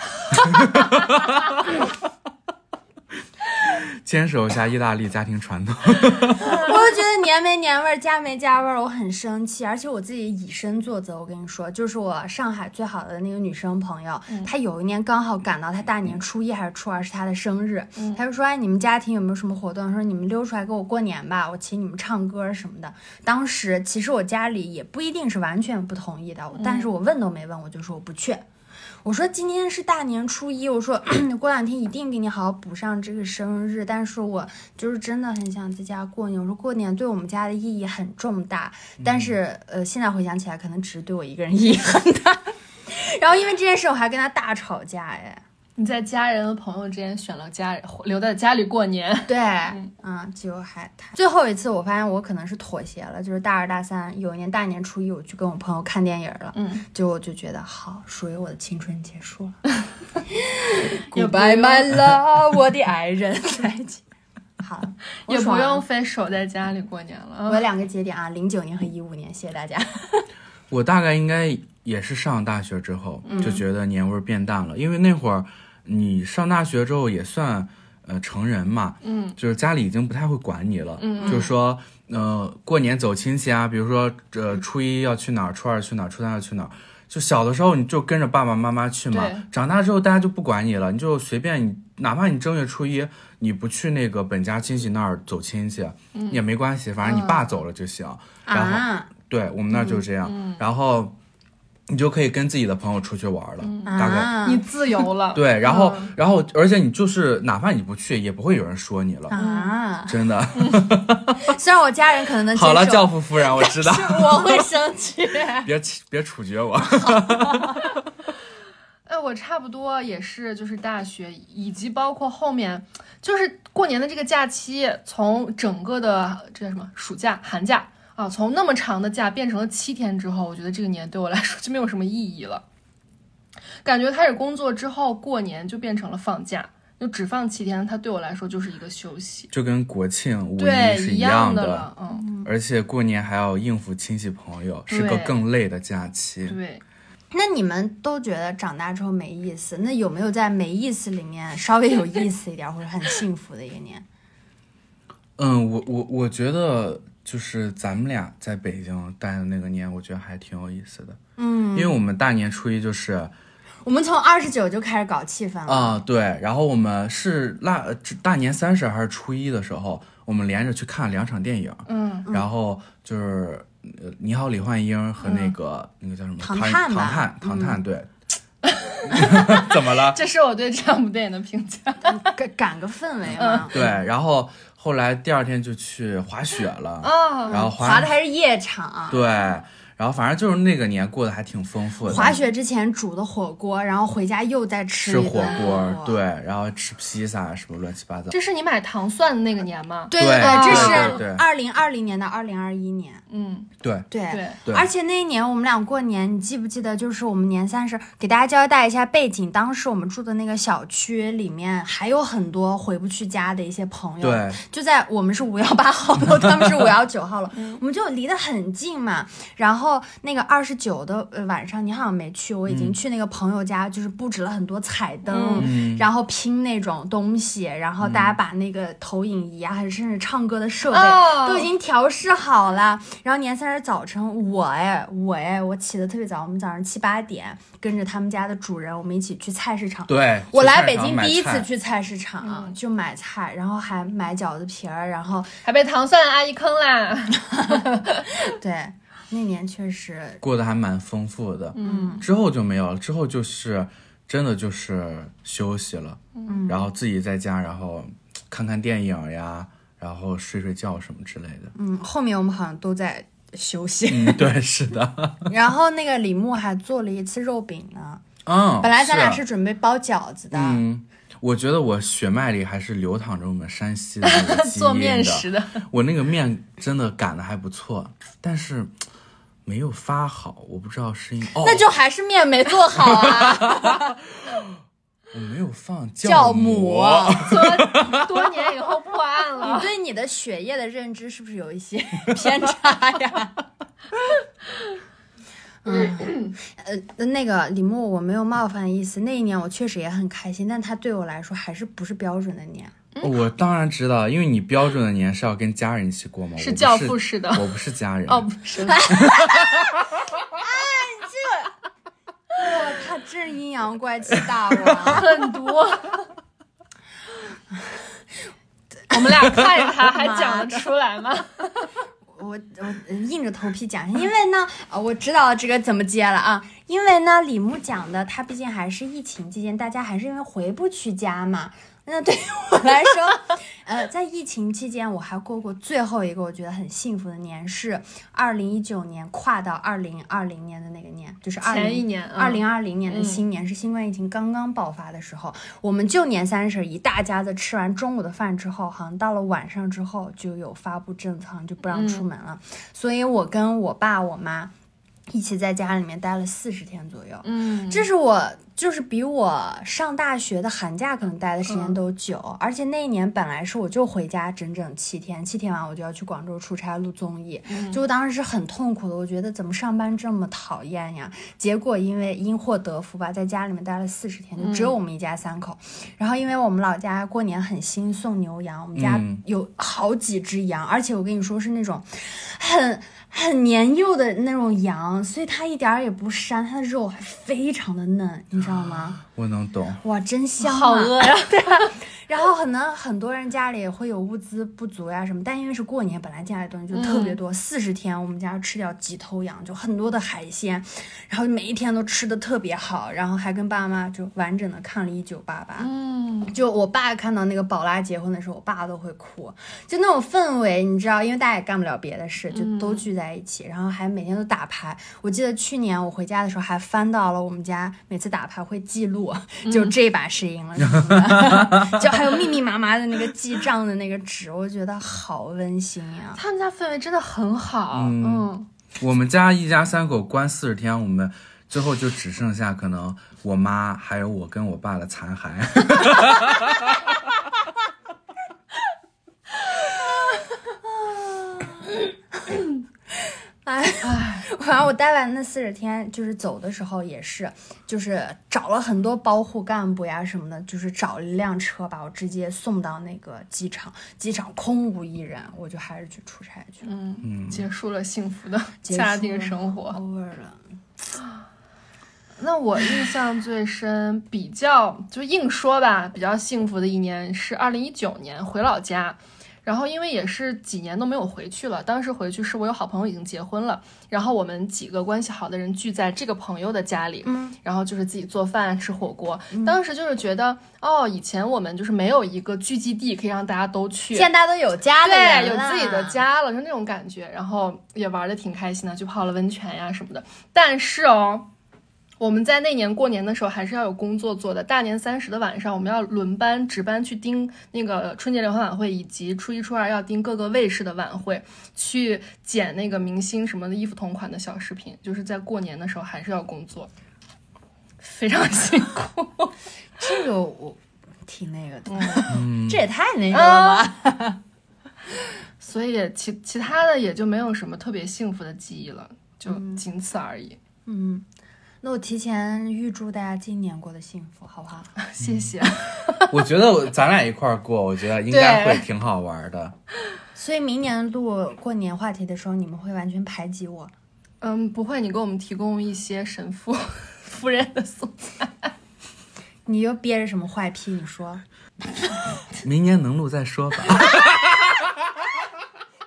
坚守一下意大利家庭传统，
我就觉得年没年味儿，家没家味儿，我很生气。而且我自己以身作则，我跟你说，就是我上海最好的那个女生朋友，她有一年刚好赶到她大年初一还是初二是她的生日，她就说：“哎，你们家庭有没有什么活动？说你们溜出来给我过年吧，我请你们唱歌什么的。”当时其实我家里也不一定是完全不同意的，但是我问都没问，我就说我不去。我说今天是大年初一，我说过两天一定给你好好补上这个生日，但是我就是真的很想在家过年。我说过年对我们家的意义很重大，但是呃，现在回想起来，可能只是对我一个人意义很大。 然后因为这件事，我还跟他大吵架，哎，
你在家人和朋友之间选了家留在家里过年，
对，嗯，就还他最后一次，我发现我可能是妥协了，就是大二大三有一年大年初一，我去跟我朋友看电影了，
嗯，
就我就觉得好，属于我的青春结束了
也不
，Goodbye
用
my love，我的爱人，再见。好，我
也不
爽了啊
用非守在家里过年了。
我
嗯
有两个节点啊，零九年和一五年，谢谢大家。
我大概应该也是上大学之后
嗯
就觉得年味儿变淡了，因为那会儿你上大学之后也算呃成人嘛，
嗯，
就是家里已经不太会管你了，
嗯
就是说呃过年走亲戚啊，比如说
嗯
呃初一要去哪儿，初二去哪儿，初三要去哪儿。就小的时候你就跟着爸爸妈妈去嘛
对，
长大之后大家就不管你了，你就随便你，哪怕你正月初一你不去那个本家亲戚那儿走亲戚、啊
嗯
也没关系，反正你爸走了就行。然后
啊，
对我们那儿就这
嗯
样，然后你就可以跟自己的朋友出去玩了，大概。
啊
你自由了，
对，然后，然后，而且你就是哪怕你不去，也不会有人说你了，
啊！
真的。
虽然我家人可能能接受，
好了，教父夫人，我知道，
我会生 气。
别起别处决我。
哎，我差不多也是，就是大学以及包括后面，就是过年的这个假期，从整个的这叫什么暑假、寒假啊，从那么长的假变成了七天之后，我觉得这个年对我来说就没有什么意义了。感觉开始工作之后，过年就变成了放假，就只放七天，它对我来说就是一个休息，
就跟国庆、五
对
一，是
一
样
的了，嗯，
而且过年还要应付亲戚朋友，是个
对嗯
更累的假期。
对。
那你们都觉得长大之后没意思？那有没有在没意思里面稍微有意思一点，或者很幸福的一个年？
嗯，我我我觉得就是咱们俩在北京待的那个年，我觉得还挺有意思的。嗯，因为我们大年初一就是
我们从二十九就开始搞气氛了，
啊、对，然后我们是腊呃大年三十还是初一的时候，我们连着去看了两场电影，
嗯，
然后就是呃《你好，李焕英》和那个、那个叫什么
嗯唐
唐
探
唐
吧嗯
探唐 探对，怎么了？
这是我对这两部电影的评价。
赶赶个氛围嘛。
对，然后后来第二天就去滑雪了，
啊
然后
哦滑
滑
的还是夜场，
对，然后反正就是那个年过得还挺丰富的，
滑雪之前煮的火锅，然后回家又再吃
吃
一顿哦
火
锅
锅，，对，然后吃披萨啊什么乱七八糟。
这是你买糖蒜的那个年吗？
对
对
对，这
对对
是
对
二零二零年到二零二一年，
嗯，
对，
对。
对
而且那一年我们俩过年，你记不记得？就是我们年三十，给大家交代一下背景。当时我们住的那个小区里面，还有很多回不去家的一些朋友。
对，
就在我们是五幺八号楼，他们是五幺九号楼，我们就离得很近嘛。然后那个二十九的呃晚上，你好像没去，我已经去那个朋友家，就是布置了很多彩灯，
嗯
然后拼那种东西，然后大家把那个投影仪啊，还是甚至唱歌的设备、
哦
都已经调试好了。然后年三十早晨，我哎我哎，我起得特别早，我们早上七八点跟着他们家的主人，我们一起去菜市场。
对，
我
去
来
菜
北
场
京
买
第一
菜
次去菜市场就买菜，然后还买饺子皮儿，然后
还被糖蒜阿姨坑啦。
对那年确实
过得还蛮丰富的。嗯，之后就没有了，之后就是真的就是休息了，嗯，然后自己在家，然后看看电影呀，然后睡睡觉什么之类的。
嗯，后面我们好像都在休息。
嗯，对，是的，
然后那个李牧还做了一次肉饼呢，
嗯，
本来咱俩
是
是准备包饺子的，
嗯，我觉得我血脉里还是流淌着我们山西的 那个基因
做面食 的，
我那个面真的擀的还不错，但是没有发好，我不知道是因为哦，
那就还是面没做好 啊，
我没有放
酵
母啊
母。。啊
做多年以后破案
你
了。
对你的血液的认知是不是有一些 偏差呀？ 嗯，呃，那个李牧，我没有冒犯的意思。那一年我确实也很开心，但他对我来说还是不是标准的年。
嗯
哦我当然知道，因为你标准的年是要跟家人一起过嘛，
是
我不
教父式的
我不是家人。
哦， 不是，
哇，他真是阴阳怪气大 王。
很多。我们俩看着他还讲得出来吗？
我我硬着头皮讲，因为呢，啊，我知道这个怎么接了啊。因为呢，李牧讲的，他毕竟还是疫情期间，大家还是因为回不去家嘛。那对于我来说，呃，在疫情期间，我还过过最后一个我觉得很幸福的年，是二零一九年跨到二零二零年的那个年，就是二
前一
零
年，
二
嗯
零二零年的新年、是新冠疫情刚刚爆发的时候，我们就年三十一大家子吃完中午的饭之后，好像到了晚上之后就有发布政策，好像就不让出门了。所以我跟我爸我妈一起在家里面待了四十天左右。
嗯，
这是我就是比我上大学的寒假可能待的时间都久，而且那一年本来是我就回家整整七天，七天完我就要去广州出差录综艺，就当时是很痛苦的。我觉得怎么上班这么讨厌呀？结果因为因祸得福吧，在家里面待了四十天，就只有我们一家三口。然后因为我们老家过年很兴送牛羊，我们家
嗯
有好几只羊，而且我跟你说是那种很很年幼的那种羊，所以它一点儿也不膻，它的肉还非常的嫩，你知道吗？
我能懂。
哇，真香、啊！
好饿呀！
然后可能很多人家里也会有物资不足呀什么，但因为是过年，本来家里东西就特别多，四十、天我们家吃掉几头羊，就很多的海鲜，然后每一天都吃的特别好，然后还跟爸妈就完整的看了一九八八。
嗯，
就我爸看到那个宝拉结婚的时候，我爸都会哭，就那种氛围，你知道，因为大家也干不了别的事，就都聚在一起，然后还每天都打牌。我记得去年我回家的时候，还翻到了我们家每次打牌会记录， 就这把谁赢了什么的，就还有密密麻麻的那个记账的那个纸，我觉得好温馨呀、
他们家氛围真的很好，嗯，
我们家一家三口关四十天，我们最后就只剩下可能我妈还有我跟我爸的残骸。
哎，反正我待完那四十天，就是走的时候也是，就是找了很多保护干部呀什么的，就是找了一辆车把我直接送到那个机场，机场空无一人，我就还是去出差去了，
嗯，
结束了幸福的
结
家
束
庭
了
生活。
over 了。
那我印象最深，比较就硬说吧，比较幸福的一年是二零一九年回老家，然后因为也是几年都没有回去了，当时回去是我有好朋友已经结婚了，然后我们几个关系好的人聚在这个朋友的家里，
嗯，
然后就是自己做饭吃火锅，当时就是觉得哦，以前我们就是没有一个聚集地可以让大家都去，
现在大家都有家的
对，
人
有
了
自己的，家了，就那种感觉。然后也玩的挺开心的，去泡了温泉呀什么的。但是哦，我们在那年过年的时候还是要有工作做的。大年三十的晚上，我们要轮班值班去盯那个春节联欢晚会，以及初一初二要盯各个卫视的晚会，去剪那个明星什么的衣服同款的小视频。就是在过年的时候还是要工作，非常辛苦。
这个我挺那个的，
嗯
这也太那个了吧？
所以其其他的也就没有什么特别幸福的记忆了，就仅此而已。
嗯，那我提前预祝大家今年过得幸福，好不好？
谢谢。
我觉得我咱俩一块儿过，我觉得应该会挺好玩的。
所以明年录过年话题的时候，你们会完全排挤 我。
嗯，不会，你给我们提供一些神 父夫人的素材。
你又憋着什么坏屁？你说，
明年能录再说吧。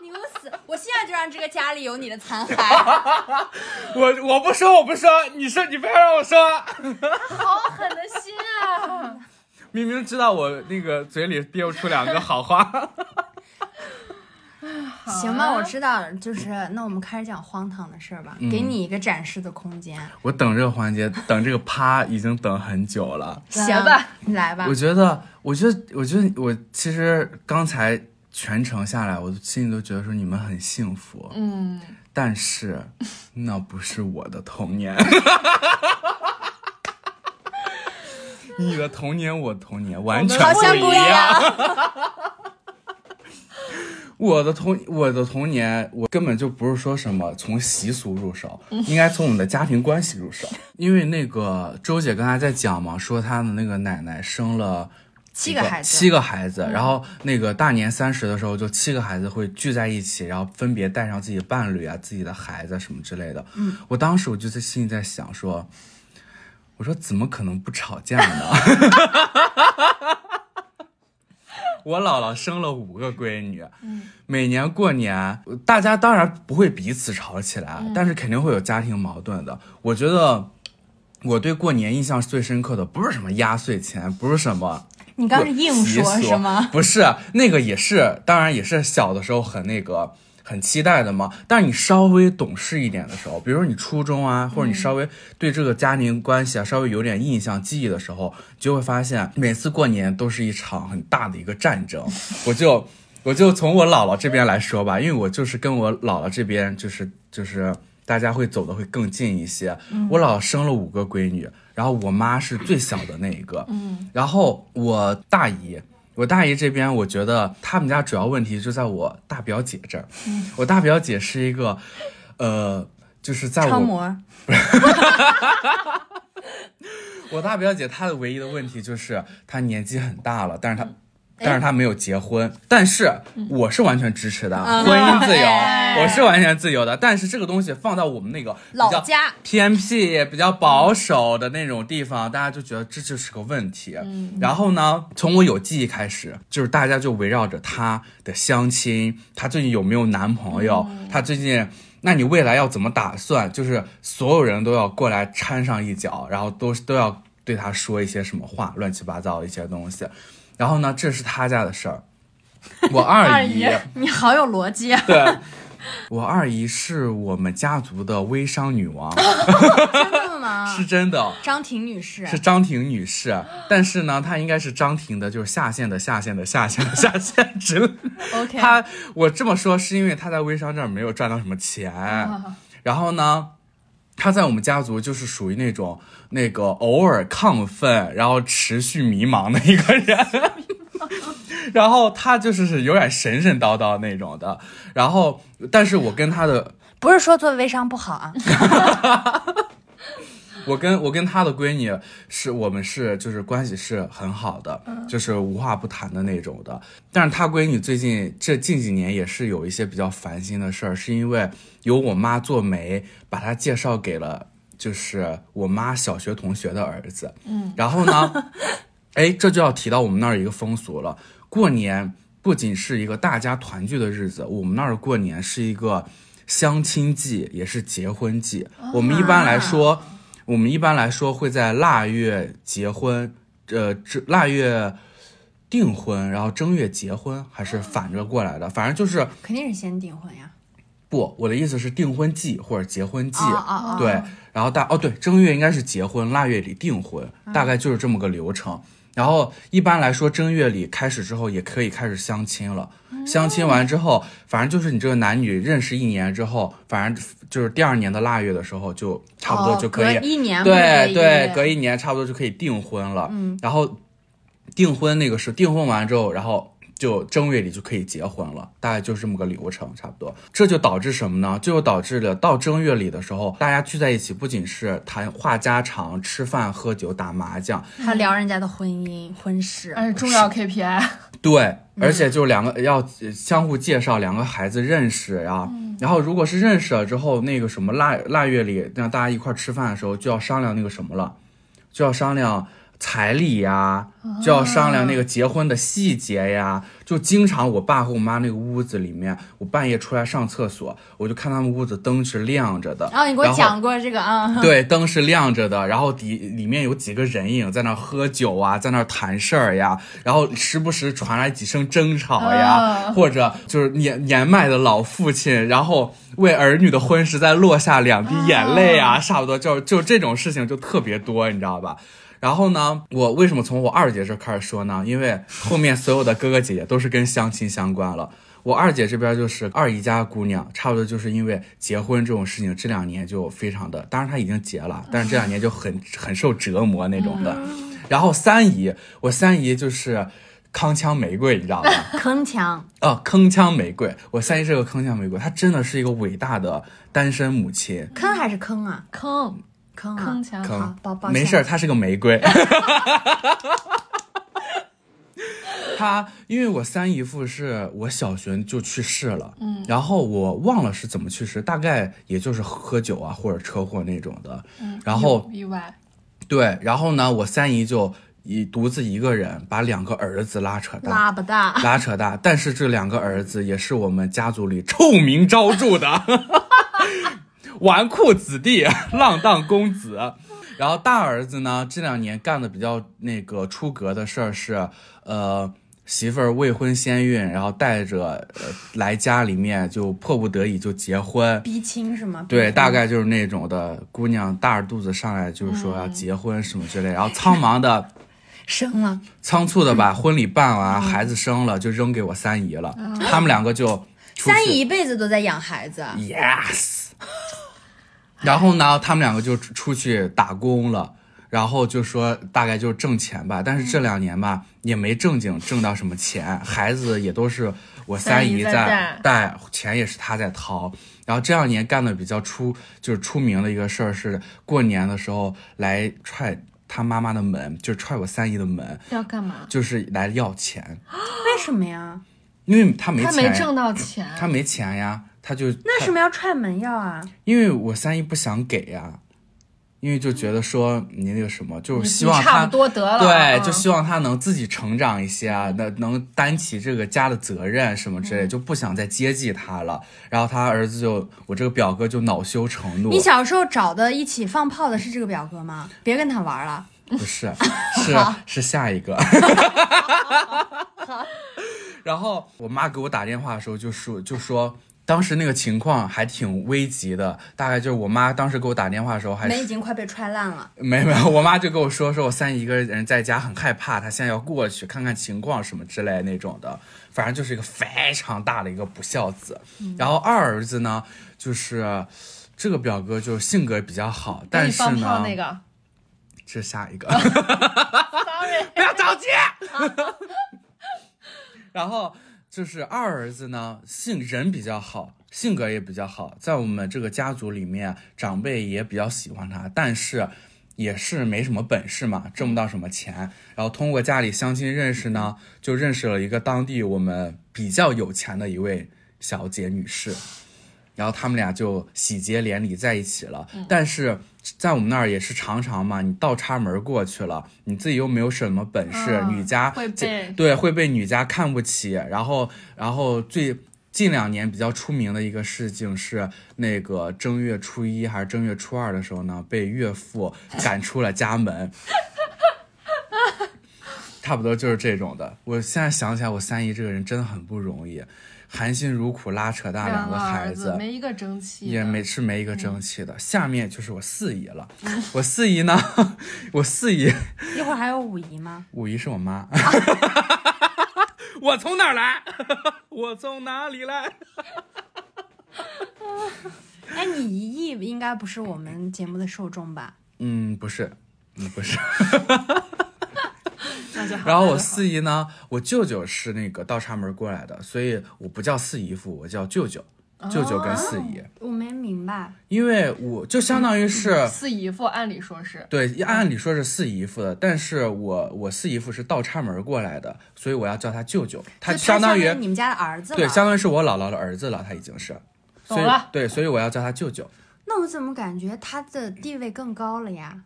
你给我死！我现在就让这个家里有你的残骸。
我我不说，我不说，你说你非要让我说，
好狠的心 啊！
明 明知道我那个嘴里憋不出两个好话。
好、
行吧，我。知道了，就是那我们开始讲荒唐的事儿吧，
嗯
给你一个展示的空间。
我等这个环节，等这个啪已经等很久了。
行
吧，
来吧
我，觉得，我觉得，我觉得，我其实刚才全程下来，我心里都觉得说你们很幸福，
嗯，
但是那不是我的童年。你的童年，我童年完全
好像
不
不一
一样。啊
样。
我的童我的童年，我根本就不是说什么从习俗入手，应该从我们的家庭关系入手。因为那个周姐刚才在讲嘛，说她的那个奶奶生了。
七个孩子嗯
七个孩子，然后那个大年三十的时候，就七个孩子会聚在一起，然后分别带上自己的伴侣啊、自己的孩子啊什么之类的。嗯，我当时我就在心里在想说，我说怎么可能不吵架呢？ 我姥姥生了五个闺女，
嗯
每年过年，大家当然不会彼此吵起来，
嗯
但是肯定会有家庭矛盾的。我觉得我对过年印象最深刻的不是什么压岁钱，不是什么
你刚是硬
习
说
俗
是吗？？
不是，啊那个也是，当然也是小的时候很那个。很期待的嘛，但是你稍微懂事一点的时候，比如说你初中啊，或者你
嗯
稍微对这个家庭关系啊稍微有点印象、记忆的时候，就会发现每次过年都是一场很大的一个战争。 我就我就从我姥姥这边来说吧，因为我就是跟我姥姥这边就是就是大家会走的会更近一些。
嗯
我姥姥生了五个闺女，然后我妈是最小的那一个，嗯，然后我大姨。我大姨这边，我觉得他们家主要问题就在我大表姐这儿。
嗯
我大表姐是一个，呃，就是在
超
我
模，
我大表姐她的唯一的问题就是她年纪很大了，但
嗯
是她。但是她没有结婚，但是我是完全支持的，婚姻自由，
啊哎
我是完全自由的。但是这个东西放到我们那个比较
老家
偏僻、比较保守的那种地方，大家就觉得这就是个问题。然后呢，从我有记忆开始，就是大家就围绕着她的相亲，她最近有没有男朋友，她最近。那你未来要怎么打算？就是所有人都要过来掺上一脚，然后都都要对她说一些什么话，乱七八糟的一些东西。然后呢，这是她家的事儿。我
二
二
姨
姨，
你好有逻辑啊！
对，我二姨是我们家族的微商女王，
真的吗啊
是？真的。
张婷女士
是张婷女士，但是呢，她应该是张婷的，就是下线的下线的下线的下线之类。
OK，
她，我这么说是因为她在微商这儿没有赚到什么钱，然后呢，她在我们家族就是属于那种那个偶尔亢奋，然后持续迷茫的一个人。然后她就是是有点神神叨叨那种的，然后但是我跟她的
不是说做微商不好啊，
我跟我跟她的闺女是我们是就是关系是很好的，就是无话不谈的那种的。但是她闺女最近这近几年也是有一些比较烦心的事儿，是因为有我妈做媒，把她介绍给了就是我妈小学同学的儿子。嗯，然后呢，哎，这就要提到我们那儿一个风俗了，过年。不仅是一个大家团聚的日子，我们那儿过年是一个相亲季，也是结婚季。我们一般来说，我们一般来说会在腊月结婚，呃，这腊月订婚，然后正月结婚，还是反着过来的。反正就是
肯定是先订婚呀。
不，我的意思是订婚季或者结婚季。
啊啊啊！
对，然后大哦对，正月应该是结婚，腊月里订婚，
嗯
大概就是这么个流程。然后一般来说，正月里开始之后，也可以开始相亲了。
嗯
相亲完之后，反正就是你这个男女认识一年之后，反正就是第二年的腊月的时候，就差不多
哦
就可以、
隔一年不是
对对，
隔
隔
一
一年差不多就可以订婚了。嗯，然后订婚那个是订婚完之后，然后就正月里就可以结婚了，大概就是这么个流程，差不多。这就导致什么呢？这就导致了到正月里的时候，大家聚在一起，不仅是谈话家常、吃饭、喝酒、打麻将，
还聊人家的婚姻婚事，
嗯
而且重要 KPI，
对，而且就两个要呃相互介绍两个孩子认识啊，
嗯
然后如果是认识了之后，那个什么腊腊月里让大家一块儿吃饭的时候，就要商量那个什么了，就要商量彩礼呀，就要商量那个结婚的细节呀。就经常我爸和我妈那个屋子里面，我半夜出来上厕所，我就看他们屋子灯是亮着的。
然后哦你给我讲过这个啊，
对，灯是亮着的，然后底里面有几个人影在那儿喝酒啊，在那儿谈事儿呀，然后时不时传来几声争吵呀，
啊
或者就是年年迈的老父亲，然后为儿女的婚事在落下两滴眼泪啊，差不多就就这种事情就特别多，你知道吧？然后呢，我为什么从我二姐这开始说呢？因为后面所有的哥哥姐姐都是跟相亲相关了。我二姐这边就是二姨家的姑娘，差不多就是因为结婚这种事情，这两年就非常的，当然她已经结了，但是这两年就很很受折磨那种的。然后三姨，我三姨就是康枪玫瑰，你知道吧？
铿锵。
啊，铿锵玫瑰，我三姨是个铿锵玫瑰，她真的是一个伟大的单身母亲。
坑还是坑啊？
坑
坑啊！
铿锵
坑
好抱抱
没
歉
事儿，她是个玫瑰。 她因为我三姨夫是我小学就去世了，嗯，然后我忘了是怎么去世，大概也就是喝酒啊或者车祸那种的，嗯，然后
意外，
对，然后呢，我三姨就一独自一个人把两个儿子拉扯大，
拉不大，
拉扯大，但是这两个儿子也是我们家族里臭名昭著的 纨绔子弟、浪荡公子。然后大儿子呢，这两年干的比较那个出格的事儿是，呃，媳妇儿未婚先孕，然后带着、呃、来家里面就迫不得已就结婚，
逼亲是吗？
对，大概就是那种的姑娘大着肚子上来就是说要结婚什么之类，然后苍茫的。
生了，
仓促的把婚礼办完，孩子生了就扔给我三姨了，他们两个就出去
三姨一辈子都在养孩子，
yes，然后呢，他们两个就出出去打工了。然后就说大概就是挣钱吧，但是这两年吧、也没正经挣到什么钱，孩子也都是我三
三
姨
姨在
带，钱也是她在掏。然后这两年干的比较出就是出名的一个事儿是过年的时候来踹她妈妈的门，就是踹我三姨的门，
要干嘛？
就是来要钱，
为什么呀？
因为他没
他
钱，嗯
没挣到钱，
他没钱呀，他就
为
他
什么要踹门要啊？
因为我三姨不想给呀，因为就觉得说你那个什么，就是希望
你差
他
不多得了，
对，
嗯
就希望他能自己成长一些啊，能能担起这个家的责任什么之
嗯
类，就不想再接济他了。然后他儿子就我这个表哥就恼羞成怒
你，小时候找的一起放炮的是这个表哥吗？别跟他玩了。
不 是是是下一个。然后我妈给我打电话的时候就说就说。当时那个情况还挺危急的，大概就是我妈当时给我打电话的时候还
门已经快被踹烂了，
没没有，我妈就跟我说，说我三姨一个人在家很害怕，她现在要过去看看情况什么之类那种的，反正就是一个非常大的一个不孝子。
嗯
然后二儿子呢，就是这个表哥就性格比较好，
那
但
你
是
放炮
呢，
那个
这下一个。
，sorry，
不要着急。然后就是二儿子呢，性人比较好，性格也比较好，在我们这个家族里面，长辈也比较喜欢他，但是也是没什么本事嘛，挣不到什么钱。然后通过家里相亲认识呢，就认识了一个当地我们比较有钱的一位小姐女士。然后他们俩就喜结连理在一起了。但是在我们那儿也是常常嘛，你倒插门过去了，你自己又没有什么本事，
嗯
女家
会
啊这
被
对会被女家看不起。然后，然后最近两年比较出名的一个事情是，那个正月初一还是正月初二的时候呢，被岳父赶出了家门。 差不多就是这种的。我现在想起来，我三姨这个人真的很不容易，含辛茹苦拉扯大两
个
个孩
儿
子，
没嗯一个争气的，
也没是没一个争气的。下面就是我四姨了，
嗯
我四姨呢， 我四姨
一会儿还有五姨吗？
五姨是我妈， 我从哪儿来？ 我从哪里来？
哎，你一亿应该不是我们节目的受众吧？
嗯，不是，嗯，不 是。
那就好。
然后
那
我
就好
四姨呢，我舅舅是那个倒插门过来的，所以我不叫四姨夫，我叫舅舅，舅舅跟四姨，
我没明白，
因为我就相当于是。
四姨夫，按理说是
对，按理说是四姨夫的，但是我我四姨夫是倒插门过来的，所以我要叫他舅舅，
就他
相当于
你们家的儿子了。
对，相当于是我姥姥的儿子了，他已经是，
懂
所以
了
对，所以我要叫他舅舅。
那我怎么感觉他的地位更高了呀？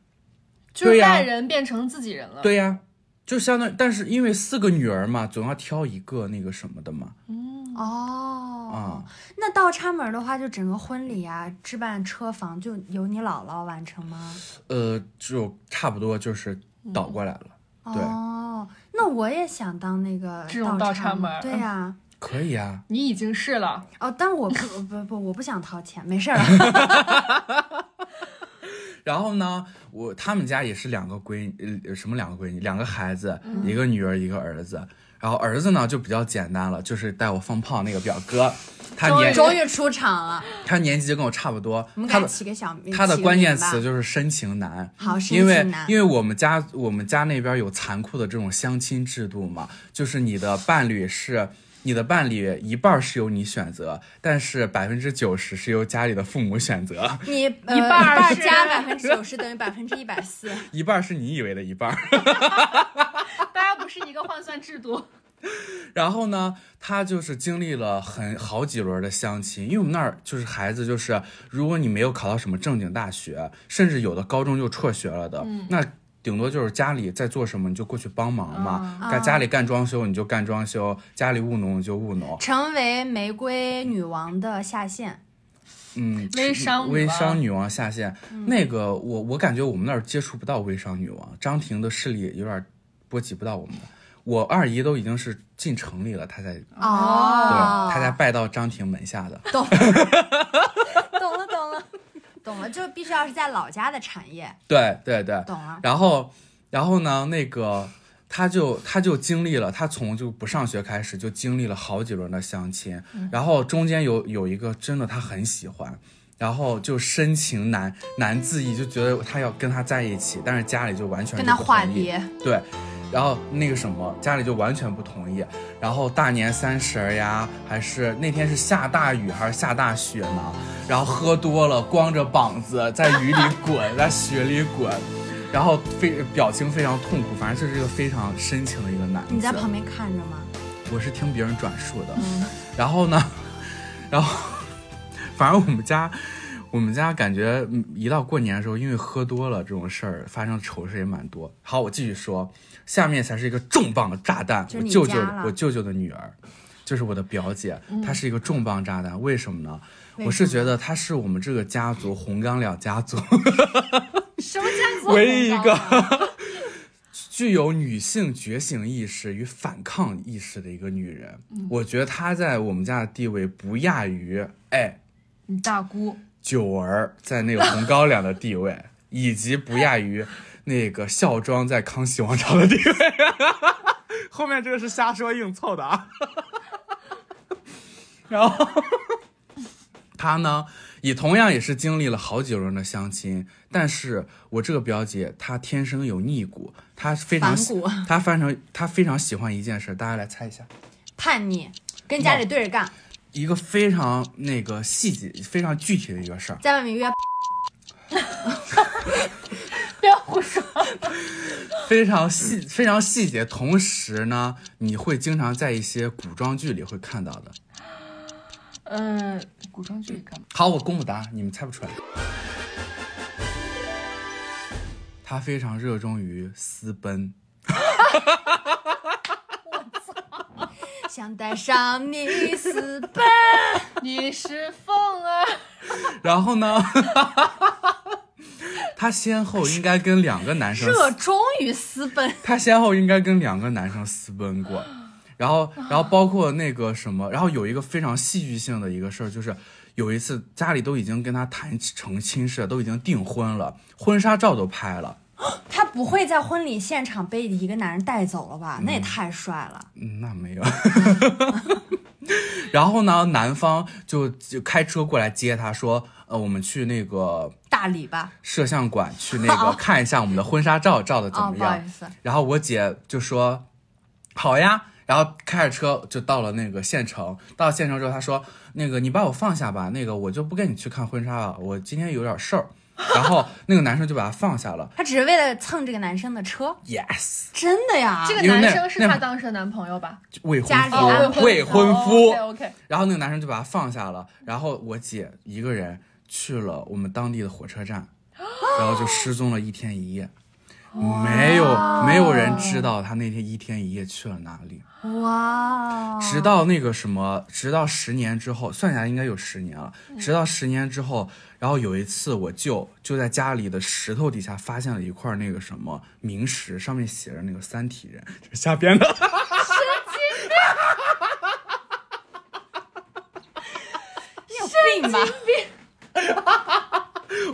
就是
对呀
外人变成自己人了。
对呀、就相当于，但是因为四个女儿嘛，总要挑一个那个什么的嘛，
嗯
哦
啊，
那倒插门的话，就整个婚礼啊、置办车房就由你姥姥完成吗？
呃，就差不多就是倒
嗯
过来了，对
哦，那我也想当那个
这种倒插
门
门
儿，对呀、
可以啊，
你已经是 了，
哦，但我不不不，我不想掏钱，没事 儿了。
然后呢，我他们家也是两个闺女呃什么两个闺女，两个孩子，
嗯
一个女儿一个儿子。然后儿子呢就比较简单了，就是带我放炮那个表哥，他
终于
年
终于出场了，
他年纪就跟我差不多
我，们给
他
他
的
起个小名。
他的
起个
关键
名吧
词就是深情男。
好，深
因为
情男
因为我们家我们家那边有残酷的这种相亲制度嘛，就是你的伴侣是你的伴侣一半是由你选择，但是百分之九十是由家里的父母选择，
你呃
一半儿
半儿
是
加百分之九十等于百分之一百四。
一半是你以为的一半儿。
大家不是一个换算制度。
然后呢，他就是经历了很好几轮的相亲，因为我们那儿就是孩子，就是如果你没有考到什么正经大学，甚至有的高中就辍学了的，
嗯
那。顶多就是家里在做什么你就过去帮忙嘛，干、
嗯
家里干装修你就干装修，家里务农你就务农，
成为玫瑰女王的下线，
嗯，
微商女
微
王嗯
商女王下线，那个我我感觉我们那儿接触不到微商女王，张婷的势力有点波及不到我们的。我二姨都已经是进城里了，她才、
哦
对，她才拜到张婷门下的。
懂，懂了，懂了，懂了，就必须要是在老家的产业，
对对对，
懂了。
然后然后呢，那个他就他就经历了，他从就不上学开始就经历了好几轮的相亲，
嗯
然后中间有有一个真的他很喜欢。然后就深情难难自抑，就觉得他要跟他在一起，但是家里就完全
跟
就
他
不
化
同意
蝶，
对，然后那个什么，家里就完全不同意。然后大年三十儿呀，还是那天是下大雨还是下大雪呢？然后喝多了，光着膀子在雨里滚，在雪里滚，然后非表情非常痛苦，反正就是一个非常深情的一个男子。
你在旁边看着吗？
我是听别人转述的。
嗯
然后呢， 然后 反正我们家。我们家感觉嗯一到过年的时候，因为喝多了这种事儿，发生丑事也蛮多。好，我继续说，下面才是一个重磅的炸弹。
就是
我
你
舅舅
家了，嗯
我舅舅的女儿，就是我的表姐，她是一个重磅炸弹。为什么呢？我是觉得她是我们这个家族红冈了家族
什么家族
唯一一个 具有女性觉醒意识与反抗意识的一个女人。我觉得她在我们家的地位不亚于哎
你大姑，
九儿在那个红高粱的地位，以及不亚于那个孝庄在康熙王朝的地位。后面这个是瞎说硬凑的啊。 然后她呢，也同样也是经历了好几轮的相亲，但是我这个表姐她天生有逆骨，她非常
反骨
她非常她非常喜欢一件事，大家来猜一下。
叛逆，跟家里对着
哦
干，
一个非常那个细节、非常具体的一个事儿，
在外面约，
不要胡说。
非常细、非常细节，同时呢，你会经常在一些古装剧里会看到的。
嗯，古装剧里干嘛？
好，我公布答案，你们猜不出来。他非常热衷于私奔，
想带上你私奔。
你是凤儿，
然后呢， 他先后应该跟两个男生私
热衷于私奔，
他先后应该跟两个男生私奔过，然后，然后包括那个什么，然后有一个非常戏剧性的一个事儿，就是有一次家里都已经跟他谈成亲事了，都已经订婚了，婚纱照都拍了，
他不会在婚礼现场被一个男人带走了吧？那也太帅了。
嗯，那没有。 然后呢，男方就就开车过来接他，说，呃，我们去那个
大理吧，
摄像馆去 那个看一下我们的婚纱照照的怎
哦，
么
不
样
好。意思，
然后我姐就说：“好呀。”然后开着车就到了那个县城。到县城之后，她说：“那个你把我放下吧，那个我就不跟你去看婚纱了，我今天有 点事儿。”然后那个男生就把她放下了。
他只是为了蹭这个男生的车，
Yes，
真的呀？
这个
啊因为
男
那
生是
那
她当时的男朋友吧？哦
未婚
家里安
夫，
排
未婚夫。
OK，
然后那个男生就把她放下了。然后我姐一个人去了我们当地的火车站，然后就失踪了一天一夜。没有没有人知道他那天一天一夜去了哪里，
哦哇，
直到那个什么，直到十年之后，算下来应该有十年了。直到十年之后，然后有一次我舅就在家里的石头底下发现了一块那个什么明石，上面写着那个“三体人”，就是瞎编的。
你有病吧？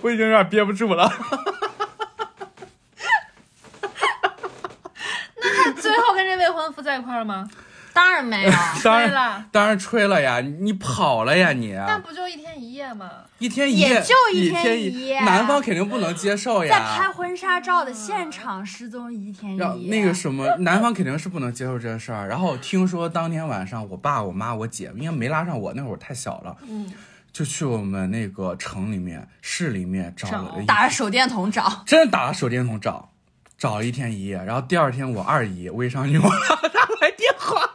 我已经有点憋不住了。
最后跟这未婚夫在一块儿了吗？
当然没有，
当
吹了
然，当然吹了呀！你跑了呀你！啊
但不就一天一夜吗？
一天一
也
夜，
就一
一
天
天
一夜啊
男方肯定不能接受
在拍
呀。
婚纱照的现场失踪一天
然后
一夜，
那个什么，男方肯定是不能接受这事儿。然后听说当天晚上，我爸、我妈、我姐，因为没拉上我，那会儿太小了，
嗯，
就去我们那个城里面、市里面找
找
了一，
打着手电筒找，
真的打了手电筒找，找了一天一夜。然后第二天，我二姨微商女王 打来电话，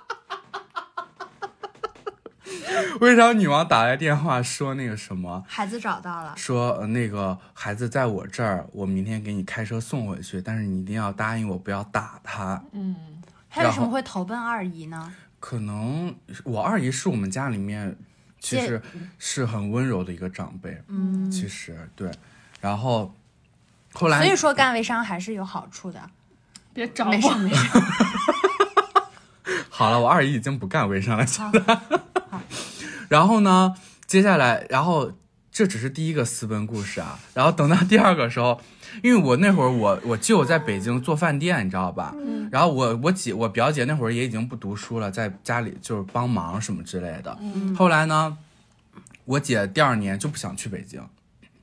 微商女王打来电话说那个什么，
孩子找到了，
说、呃、那个孩子在我这儿，我明天给你开车送回去，但是你一定要答应我不要打他。
他为什么会投奔二姨呢？
可能我二姨是我们家里面其
姐
实是很温柔的一个长辈，
嗯，
其实对。然后后
所
来
以说干微商还是有好处的。
别找
没事
我，
没事，
好了，我二姨已经不干微商了，
好
然后呢，接下来，然后这只是第一个私奔故事啊。然后等到第二个时候，因为我那会儿我我舅在北京做饭店，你知道吧？嗯。然后我我姐我表姐那会儿也已经不读书了，在家里就是帮忙什么之类的。嗯。后来呢，我姐第二年就不想去北京，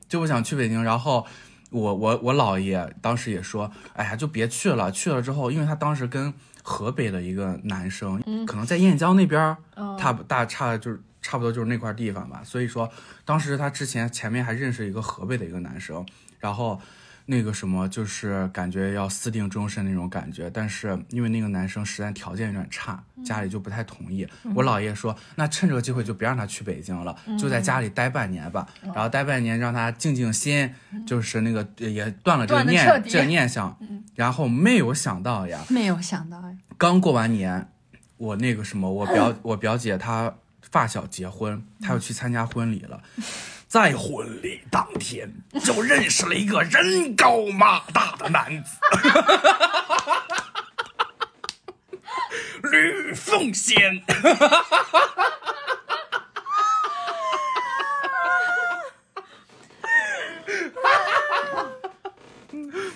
就不想去北京，然后。我我我姥爷当时也说，哎呀，就别去了。去了之后，因为他当时跟河北的一个男生，可能在燕郊那边儿，
嗯
差不大差就是差不多就是那块地方吧。所以说，当时他之前前面还认识一个河北的一个男生，然后那个什么就是感觉要私定终身那种感觉，但是因为那个男生实在条件有点差，
嗯
家里就不太同意。我姥爷说，那趁这个机会就别让他去北京了，
嗯
就在家里待半年吧，然后待半年让他静静心，就是那个呃也断了这个
嗯断得彻
念
底嗯
这个念想。然后没有想到呀，
没有想到哎呀，
刚过完年，我那个什么，我 表我表姐她发小结婚，她要去参加婚礼了，在婚礼当天就认识了一个人高马大的男子， 吕奉先。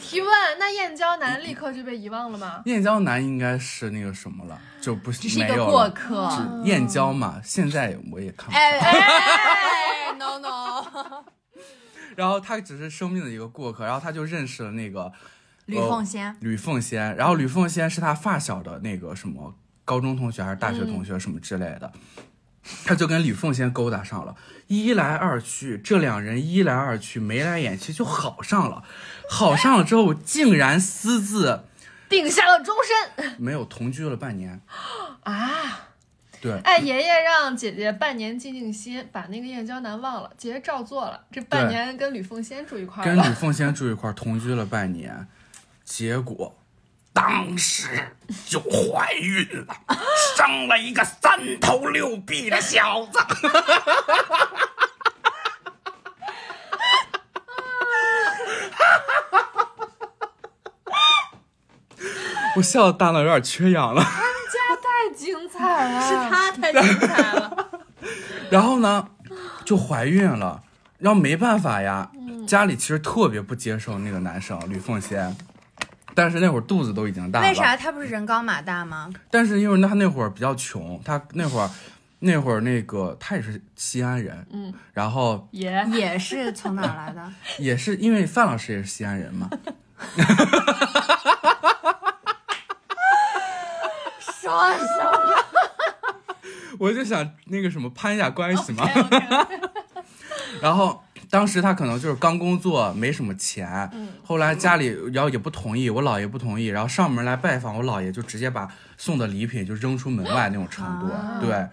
提问，那燕郊男立刻就被遗忘了吗？
燕郊男应该是那个什么了，就不
只是一
没
个
有
过
了。
客。
只燕郊嘛，现在我也看不
哎
到。
哎 ，no
哦
no，
然后他只是生命的一个过客，然后他就认识了那个
吕奉先，
吕奉先，然后吕奉先是他发小的那个什么高中同学还是大学同学什么之类的，他就跟吕奉先勾搭上了，一来二去，这两人一来二去，眉来眼去就好上了，好上了之后竟然私自
定下了终身
没有同居了半年，
啊！
对，
哎，爷爷让姐姐半年静静心，把那个燕郊男忘了，姐姐照做了。这半
对
年跟吕奉先住一块儿
跟吕
了，
奉先住一块儿同居了半年，结果当时就怀孕了，生了一个三头六臂的小子。 我笑的大脑有点缺氧了。
家太精彩 了，
是他太精彩 了。
然后呢，就怀孕了，然后没办法呀，家里其实特别不接受那个男生吕奉先，但是那会儿肚子都已经大了，
为啥他不是人高马大 吗？
但是因为他那会儿比较穷，他那会儿那会儿那个他也是西安人，嗯，然后
爷
也是从哪儿来的？
也是因为范老师也是西安人嘛，
说什么？
我就想那个什么攀一下关系嘛。
OK，OK
然后当时他可能就是刚工作，没什么钱。
嗯
后来家里然后也不同意，我姥爷不同意，然后上门来啊
啊嗯
拜访，我姥爷就直接把送的礼品就扔出门外那种程度。对，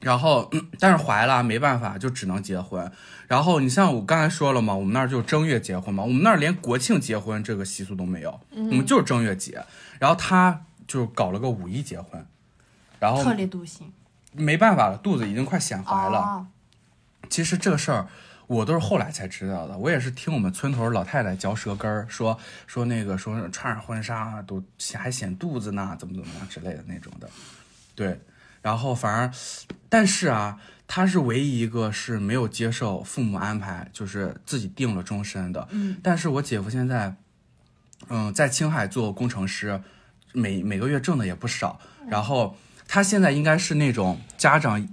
然后， 嗯但是怀了没办法，就只能结婚。然后你像我刚才说了嘛，我们那儿就正月结婚嘛，我们那儿连国庆结婚这个习俗都没有，
嗯
我们就是正月结。然后他就搞了个五一结婚，然后
特立独行。
没办法了，肚子已经快显怀哦了。
哦，
其实这个事儿我都是后来才知道的，我也是听我们村头老太太嚼舌根儿，说说那个说穿上婚纱啊都显还显肚子呢，怎么怎么样之类的那种的。对，然后反正，但是啊，她是唯一一个是没有接受父母安排，就是自己定了终身的。嗯，但是我姐夫现在，嗯，在青海做工程师，每每个月挣的也不少，然后。他现在应该是那种家长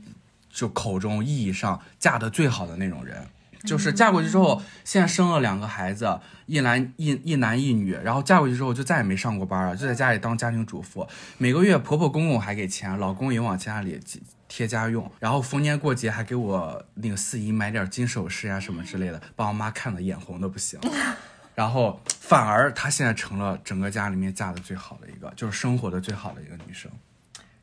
就口中意义上嫁的最好的那种人，就是嫁过去之后，现在生了两个孩子，一男一一男一女，然后嫁过去之后就再也没上过班了，就在家里当家庭主妇，每个月婆婆公公还给钱，老公也往家里寄贴家用，然后逢年过节还给我那个四姨买点金首饰啊呀、什么之类的，把我妈看得眼红的不行。然后反而她现在成了整个家里面嫁的最好的一个，就是生活的最好的一个女生。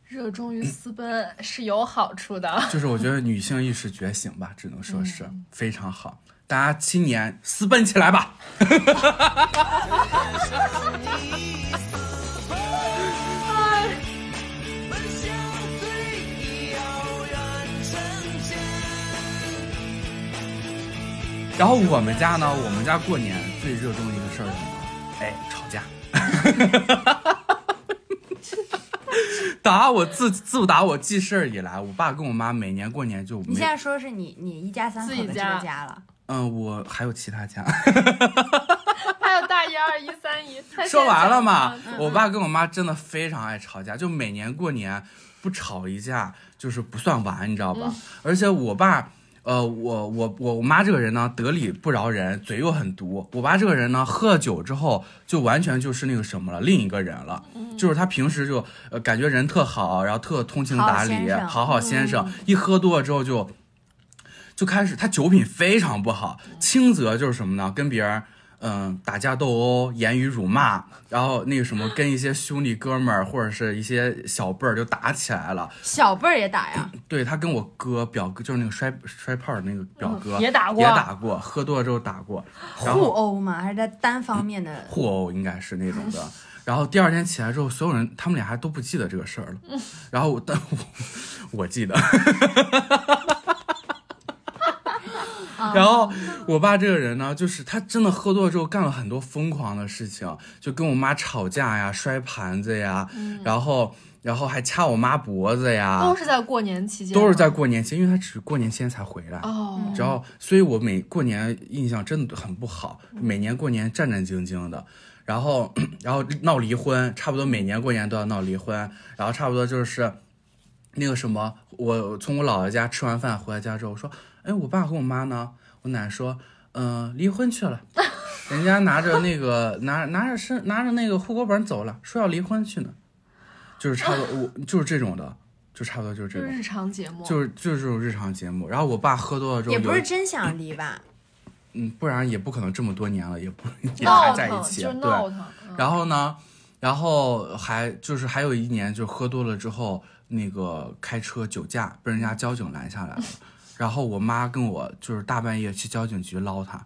热衷于私奔是有好处的。
就是我觉得女性意识觉醒吧，只能说是非常好。大家新年私奔起来吧！
奔向最遥远城乡。
然后我们家呢，我们家过年最热衷一个事儿是什么？哎，吵架。哎 打我自自打我记事儿以来，我爸跟我妈每年过年就
你
没
现在说是你你一家三口的
自
这
己
个
家
家了，
嗯，我还有其他家。
还有大一、二一、三一，他现在
说完了嘛
讲的，
我爸跟我妈真的非常爱吵架，就每年过年不吵一架就是不算完，你知道吧？而且我爸。呃，我我我我妈这个人呢，得理不饶人，嘴又很毒。我爸这个人呢，喝酒之后就完全就是那个什么了，另一个人了。
嗯
就是他平时就呃感觉人特好，然后特通情
好好
达理，
先生嗯
好好先生。一喝多了之后就就开始他酒品非常不好，轻则就是什么呢，跟别人。嗯，打架斗殴、言语辱骂，然后那个什么，跟一些兄弟哥们儿或者是一些小辈儿就打起来了。
小辈儿也打呀，
对他跟我哥表哥，就是那个摔摔炮儿那个表哥，
嗯也打过
也打过，喝多了之后打过， 然
互
后
殴嘛，还是在单方面的？
互殴应该是那种的。然后第二天起来之后，所有人他们俩还都不记得这个事儿
嗯
了。 然后我但我我 记得，然后我爸这个人呢，就是他真的喝多了之后干了很多疯狂的事情，就跟我妈吵架呀、摔盘子呀，
嗯
然后然后还掐我妈脖子呀，
都是在过年期间吗，
啊都是在过嗯年前，因为他只是过年前才回来。
啊哦，
然后，所以我每过年印象真的很不好，每年过年战战兢兢的，然后 然后闹离婚，差不多每年过年都要闹离婚，然后差不多就是那个什么，我从我姥姥家吃完饭回来家之后，我说，哎，我爸和我妈呢？我奶奶说，嗯、离婚去了， 人家拿着那个拿拿着身拿着那个户口本走了，说要离婚去呢，就是差不多，我就是这种的，就差不多就是这
就是
种。
日常节目，
就是就是这种日常节目。然后我爸喝多了之后
也
有，
不是真想离吧？
嗯，不然也不可能这么多年了，也不也还
闹
在一
腾，
起。
就是
对，
闹腾。嗯
然后呢，然后还就是还有一年，就喝多了之后，那个开车酒驾被人家交警拦下来了。然后我妈跟我就是大半夜去交警局捞他，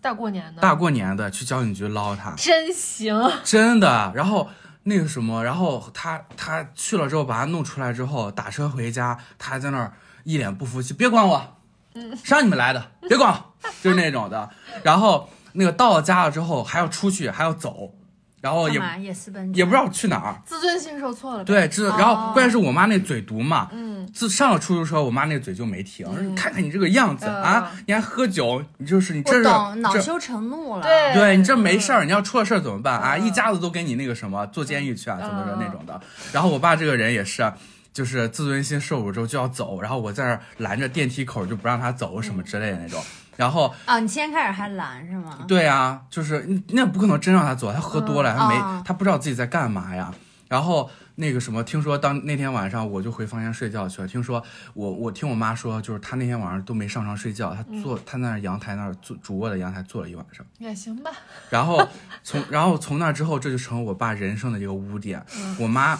大过年的，
大过年的去交警局捞他，
真行，
真的。然后那个什么，然后他他去了之后，把他弄出来之后，打车回家，他还在那儿一脸不服气，别管我，
嗯
是让你们来的，别管我，就是那种的。然后那个到了家了之后，还要出去，还要走，然后
干
哦也
嘛也哦私奔去？
也不知道去哪儿。
自尊心受挫了。，
对，知道。然后关键是我妈那嘴毒嘛，
嗯，
自上了出租车，我妈那嘴就没停，说
嗯
你看看你这个样子、
嗯
啊，你还喝酒，你就是你这
我
是
懂，恼
这
羞成怒了。
对
对你这没事儿，你要出了事儿怎么办啊？一家子都给你那个什么坐监狱去啊，怎么着那种的。然后我爸这个人也是，啊就是自尊心受辱之后就要走，然后我在那儿拦着电梯口就不让他走什么之类的那种。然后
啊，你先开始还拦是吗？
对啊，就是你那不可能真让他走，他喝多了，他没、
啊
他不知道自己在干嘛呀。然后那个什么，听说当那天晚上我就回房间睡觉去了。听说我我听我妈说，就是他那天晚上都没上床睡觉，他坐、他在那儿阳台那儿坐主卧的阳台坐了一晚上。
也行吧。
然后从然后从那之后，这就成了我爸人生的一个污点。我妈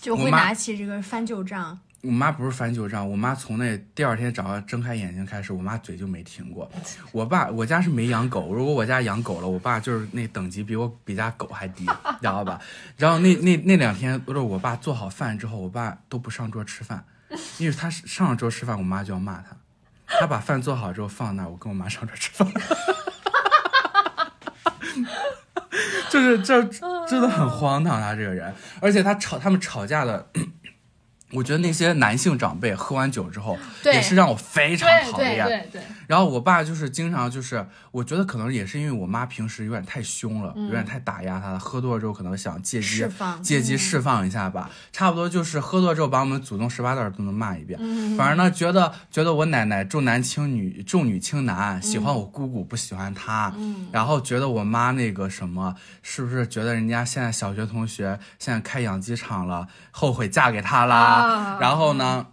就
我
会
妈
拿起这个翻旧账。
我妈不是翻旧账，我妈从那第二天早上睁开眼睛开始，我妈嘴就没停过。我爸，我家是没养狗，如果我家养狗了，我爸就是那等级比我比家狗还低，知道吧？然后那那那两天都是我爸做好饭之后，我爸都不上桌吃饭，因为他上了桌吃饭，我妈就要骂他。他把饭做好之后放那儿，我跟我妈上桌吃饭。 就是这真的很荒唐，啊他这个人，而且他吵他们吵架的，我觉得那些男性长辈喝完酒之后，
对
也是让我非常
对
讨
对
厌。啊
对对，
然后我爸就是经常就是，我觉得可能也是因为我妈平时有点太凶了，有点太打压他了，喝多了之后可能想借机
嗯释放嗯
借机释放一下吧，差不多就是喝多了之后把我们祖宗十八代儿都能骂一遍。
嗯
反正呢，觉得觉得我奶奶重男轻女，重女轻男，喜
嗯
欢我姑姑不喜欢她，然后觉得我妈那个什么，是不是觉得人家现在小学同学现在开养鸡场了，后悔嫁给他啦？
啊
然后呢？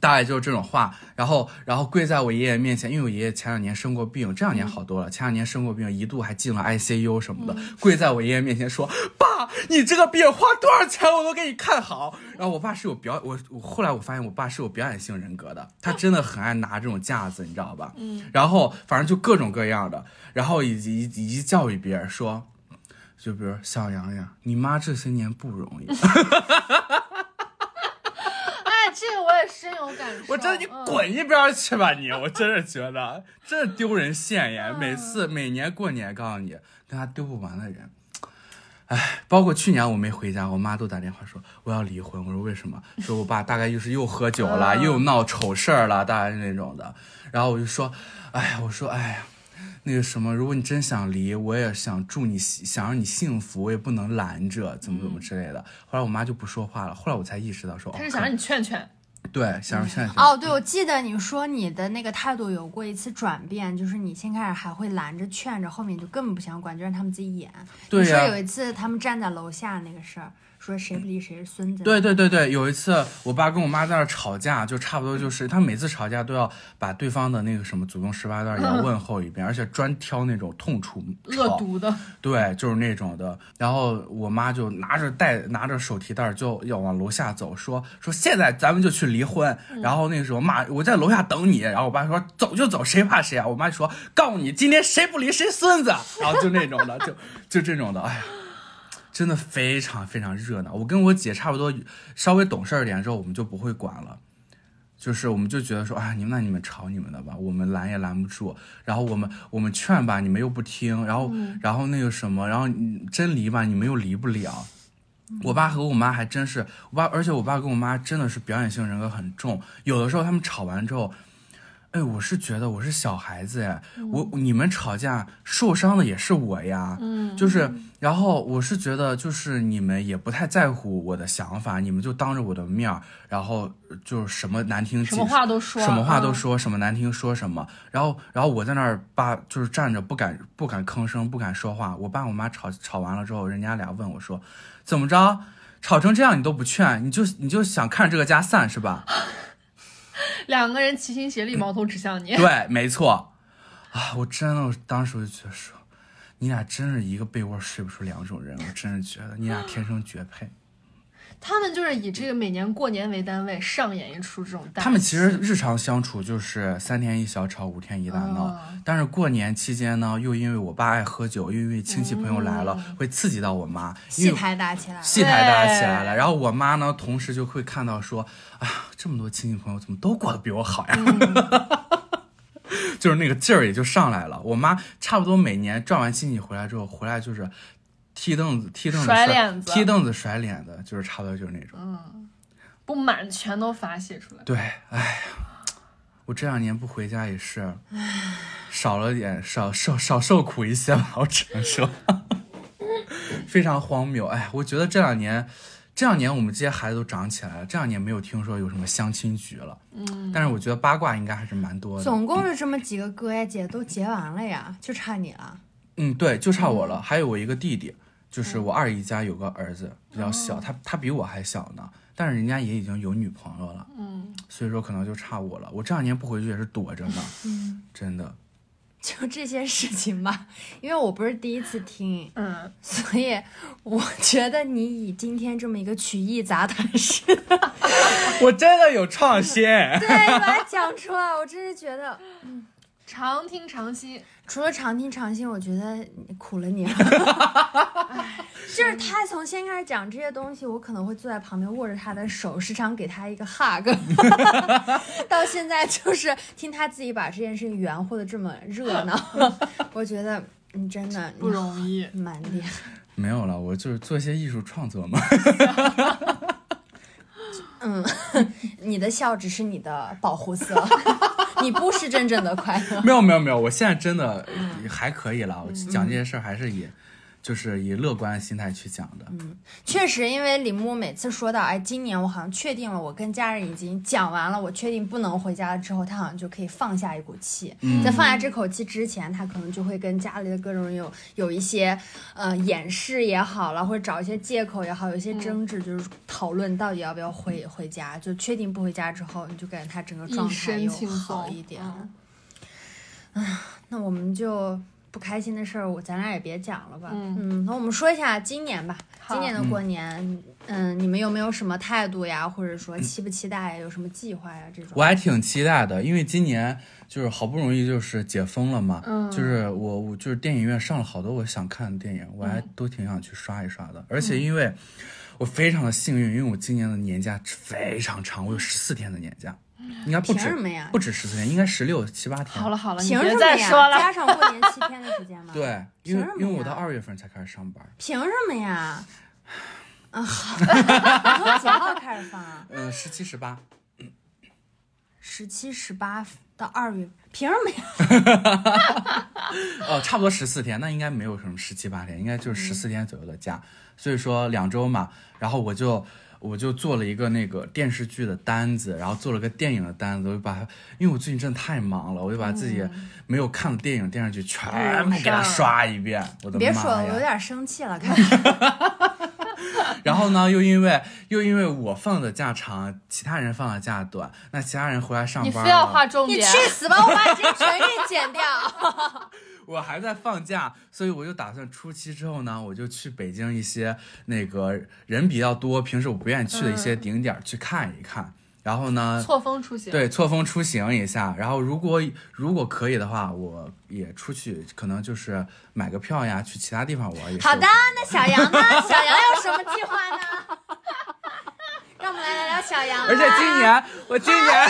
大概就是这种话，然后然后跪在我爷爷面前，因为我爷爷前两年生过病，这两年好多了，前两年生过病，一度还进了 ICU 什么的，跪在我爷爷面前说：“爸，你这个病花多少钱我都给你看好。”然后我爸是有表我我后来我发现我爸是有表演性人格的，他真的很爱拿这种架子，你知道吧？嗯，然后反正就各种各样的，然后以及以及教育别人说，就比如小洋洋，你妈这些年不容易，
哎，这个我也深有感受。
我真的你
嗯
滚一边儿去吧你！我真是觉得真是丢人现眼。每次每年过年，告诉你跟他丢不完的人，哎，包括去年我没回家，我妈都打电话说我要离婚。我说为什么？说我爸大概就是又喝酒了，又闹丑事儿了，大概是那种的。然后我就说，哎呀，我说哎呀。那个什么，如果你真想离，我也想祝你喜，想让你幸福，我也不能拦着，怎么怎么之类的。后来我妈就不说话了，后来我才意识到说，哦
他是想让你劝劝，
对，想让现 在
哦，对，我记得你说你的那个态度有过一次转变，就是你先开始还会拦着劝着，后面就根本不想管，就让他们自己演。
对呀
你说有一次他们站在楼下那个事儿，说谁不离谁是孙子。
对对对对，有一次我爸跟我妈在那儿吵架，就差不多就是他每次吵架都要把对方的那个什么祖宗十八代也要问候一遍，而且专挑那种痛处
恶
吵。
毒的，
对，就是那种的。然后我妈就拿着袋，拿着手提袋儿就要往楼下走，说说现在咱们就去离婚。然后那个时候妈，我在楼下等你。然后我爸说走就走，谁怕谁啊？我妈就说告诉你，今天谁不离谁孙子。然后就那种的，就就这种的，哎呀。真的非常非常热闹。我跟我姐差不多，稍微懂事儿一点之后，我们就不会管了。就是我们就觉得说啊，你们那你们吵你们的吧，我们拦也拦不住。然后我们我们劝吧，你们又不听。然后、然后那个什么，然后你真离吧，你们又离不了。我爸和我妈还真是，我爸而且我爸跟我妈真的是表演性人格很重。有的时候他们吵完之后，哎，我是觉得我是小孩子哎，我你们吵架受伤的也是我呀，嗯，就是，然后我是觉得就是你们也不太在乎我的想法，你们就当着我的面儿，然后就是什么难听
什
几
么话都说，
什么话都
嗯。
说，什么难听说什么。然后，然后我在那儿爸就是站着不敢不敢吭声，不敢说话。我爸我妈吵吵完了之后，人家俩问我说：“怎么着？吵成这样你都不劝，你就你就想看着这个家散是吧
嗯两个人齐心协力，矛头指向？”你。
对，没错。啊，我真的，我当时我就觉得说，你俩真是一个被窝睡不出两种人，我真是觉得你俩天生绝配。
他们就是以这个每年过年为单位上演一出这种大戏。
他们其实日常相处就是三天一小吵，五天一大闹。
啊
但是过年期间呢，又因为我爸爱喝酒，又因为亲戚朋友来了，会刺激到我妈，
戏
因为
台打起来了。
戏台搭起来了。然后我妈呢，同时就会看到说，啊，这么多亲戚朋友怎么都过得比我好呀？
嗯
就是那个劲儿也就上来了。我妈差不多每年转完亲戚回来之后，回来就是踢凳子、踢凳子
甩脸子
踢凳子甩脸子，就是差不多就是那种。
嗯不满全都发泄出来。
对，哎呀，我这两年不回家也是，少了点少受少受苦一些吧，我只能说， 非常荒谬。哎，我觉得这两年，这两年我们这些孩子都长起来了，这两年没有听说有什么相亲局了。嗯，但是我觉得八卦应该还是蛮多的。
总共是这么几个哥呀姐都结完了呀，就差你了。
嗯，对，就差我了，还有我一个弟弟，就是我二姨家有个儿子比较小，他他比我还小呢，但是人家也已经有女朋友了。嗯，所以说可能就差我了。我这两年不回去也是躲着呢，真的。
就这些事情吧，因为我不是第一次听，
嗯，
所以我觉得你以今天这么一个曲艺杂谈式的
我真的有创新。
对把它讲出来，我真是觉得
常听常新，
除了常听常新，我觉得你苦了你 了。就是他从先开始讲这些东西，我可能会坐在旁边握着他的手，时常给他一个 hug。到现在就是听他自己把这件事情圆乎的这么热闹，我觉得你真的
不容易。
你蛮厉害。
没有了，我就是做一些艺术创作嘛。
嗯，你的笑只是你的保护色， 你不是真正的快乐。
没有没有没有，我现在真的还可以了。我讲这些事儿还是以，就是以乐观的心态去讲的。
确实，因为李牧每次说到，哎，今年我好像确定了，我跟家人已经讲完了，我确定不能回家了之后，他好像就可以放下一股气。在放下这口气之前，他可能就会跟家里的各种有有一些呃掩饰也好了，或者找一些借口也好，有一
嗯
些争执，就是讨论到底要不要回回家。就确定不回家之后，你就感觉他整个嗯状
一
态
身
又
轻
好
松
一点。
嗯
那我们就不开心的事儿，我咱俩也别讲了吧。
嗯
那我们说一下今年吧，
好
今年的过年，嗯你们有没有什么态度呀，或者说期不期待呀，有什么计划呀这种？
我还挺期待的，因为今年就是好不容易就是解封了嘛，
嗯
就是我我就是电影院上了好多我想看的电影，我还都挺想去刷一刷的。而且因为我非常的幸运，因为我今年的年假非常长，我有十四天的年假，应该不
凭
止
什么呀
不止十四天，应该十六七八天。
好了好了，你
凭什
别
么
再
呀？
说了。
加上过年七天的时间吗？，
对，因
凭
为
什么
因为
呀
我到二月份才开始上班，
凭什么呀？啊，好，从几号开始放啊？
嗯，十七十八，
十七、十八到二月，凭什么呀？
呃，差不多十四天，那应该没有什么十七八天，应该就是十四天左右的假，所以说两周嘛。然后我就我就做了一个那个电视剧的单子，然后做了个电影的单子，我就把，因为我最近真的太忙了，我就把自己
嗯
没有看的电影、电视剧全部给它刷一遍。我的
啊别说
妈
了，我有
呀！
点生气了，看。
然后呢，又因为又因为我放的假长，其他人放的假短，那其他人回来上
你
班
非要
了
画重
你
点，
去死吧！我把这全给你剪掉。
我还在放假，所以我就打算初七之后呢，我就去北京一些那个人比较多、平时我不愿意去的一
嗯
些景点儿去看一看。然后
啊
呢，
错峰出行。，
对， 错峰出行一下。然后如果如果可以的话，我也出去，可能就是买个票呀，去其他地方玩也是。
好的，那小杨 呢？小杨有什么计划呢？ 让我们来聊聊小杨吧。
而且今年我今年，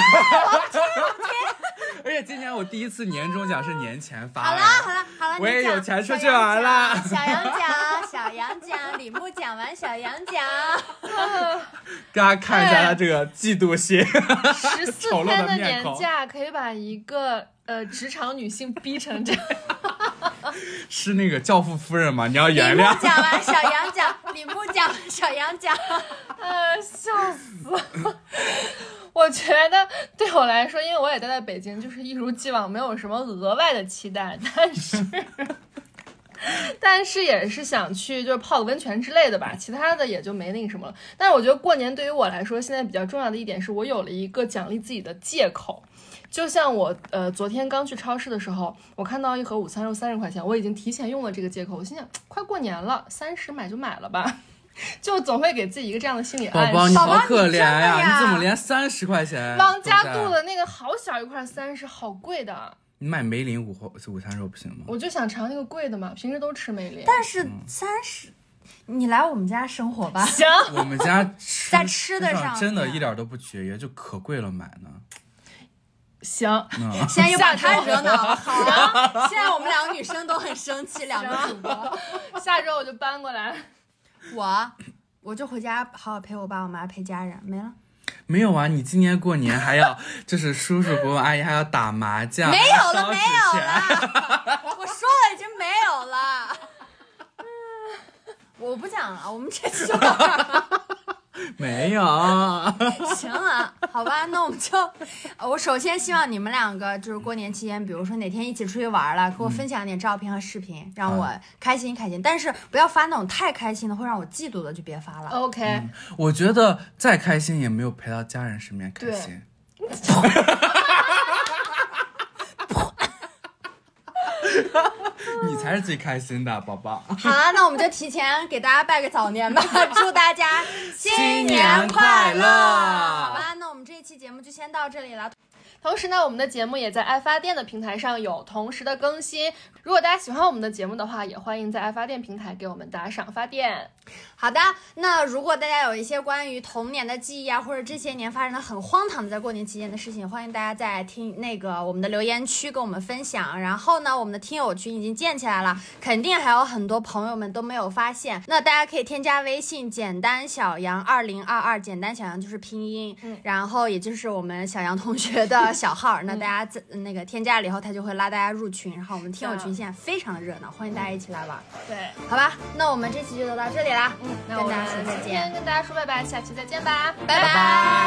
而且今年我第一次年终奖是年前发
好
的。
了好了好了，
我也
你讲
有钱出去玩了
小杨讲，小杨讲，李牧讲完，小杨讲。
大家看一下他这个嫉妒心。
十四
丑陋
天
的面
年
孔
假可以把一个呃职场女性逼成 这样。
是那个教父夫人吗？你要
李
原
牧
谅。
讲完，小杨讲；李牧讲完，小杨讲。
呃，笑死了！我觉得对我来说，因为我也待在北京，就是一如既往，没有什么额外的期待，但是。 但是也是想去，就是泡个温泉之类的吧，其他的也就没那个什么了。但是我觉得过年对于我来说，现在比较重要的一点是我有了一个奖励自己的借口。就像我呃昨天刚去超市的时候，我看到一盒午餐肉三十块钱，我已经提前用了这个借口。我心想，快过年了，三十买就买了吧， 就总会给自己一个这样的心理暗示。
哎宝宝你真的呀
连三十块钱
王家
都
渡
在
的那个好小一块三十，好贵的，
你买梅林午后午餐肉不行吗？
我就想尝那个贵的嘛，平时都吃梅林。
但是三十，你来我们家生活吧。
行，
我们 家吃
在吃的上
真的
面
一点都不节约，就可贵了买呢。
行，
现在又把
下
他
周
惹恼了，好啊！现在我们两个女生都很生气，两个主播。
下周我就搬过来。
我，我就回家好好陪我爸我妈陪家人，没了。
没有啊，你今年过年还 要就是叔叔伯伯阿姨还要打麻将，
没有了，
还要烧
没
纸
有
钱。
了，我说了已经没有了。 我不讲了，我们这期就到这儿
没有，
行了，好吧，那我们就，呃我首先希望你们两个就是过年期间，比如说哪天一起出去玩了，给我分享点照片和视频，让我开心开心。但是不要发那种太开心的，会让我嫉妒的，就别发了。
OK，、
我觉得再开心也没有陪到家人身边 开心。 你才是最开心的，宝宝。
好了，那我们就提前给大家拜个早 年吧，祝大家年
新年快
乐！
乐
好吧，那我们这一期节目就先到这里了。
同时呢，我们的节目也在爱发电的平台上有同时的更新。如果大家喜欢我们的节目的话，也欢迎在爱发电平台给我们打赏发电。
好的，那如果大家有一些关于童年的记忆啊，或者这些年发生的很荒唐的在过年期间的事情，欢迎大家在听那个我们的留言区跟我们分享。然后呢，我们的听友群已经建起来了，肯定还有很多朋友们都没有发现。那大家可以添加微信“简单小杨二零二二”，简单小杨就是拼音，
嗯
然后也就是我们小杨同学的小号。那大家在那个添加了以后，他就会拉大家入群。然后我们听友群现在非常热闹，欢迎大家一起来玩。
对，
好吧，那我们这期就聊到这里啦。
那我
跟大
们
家说再见
今天跟大家说拜拜，下期再见吧，
拜拜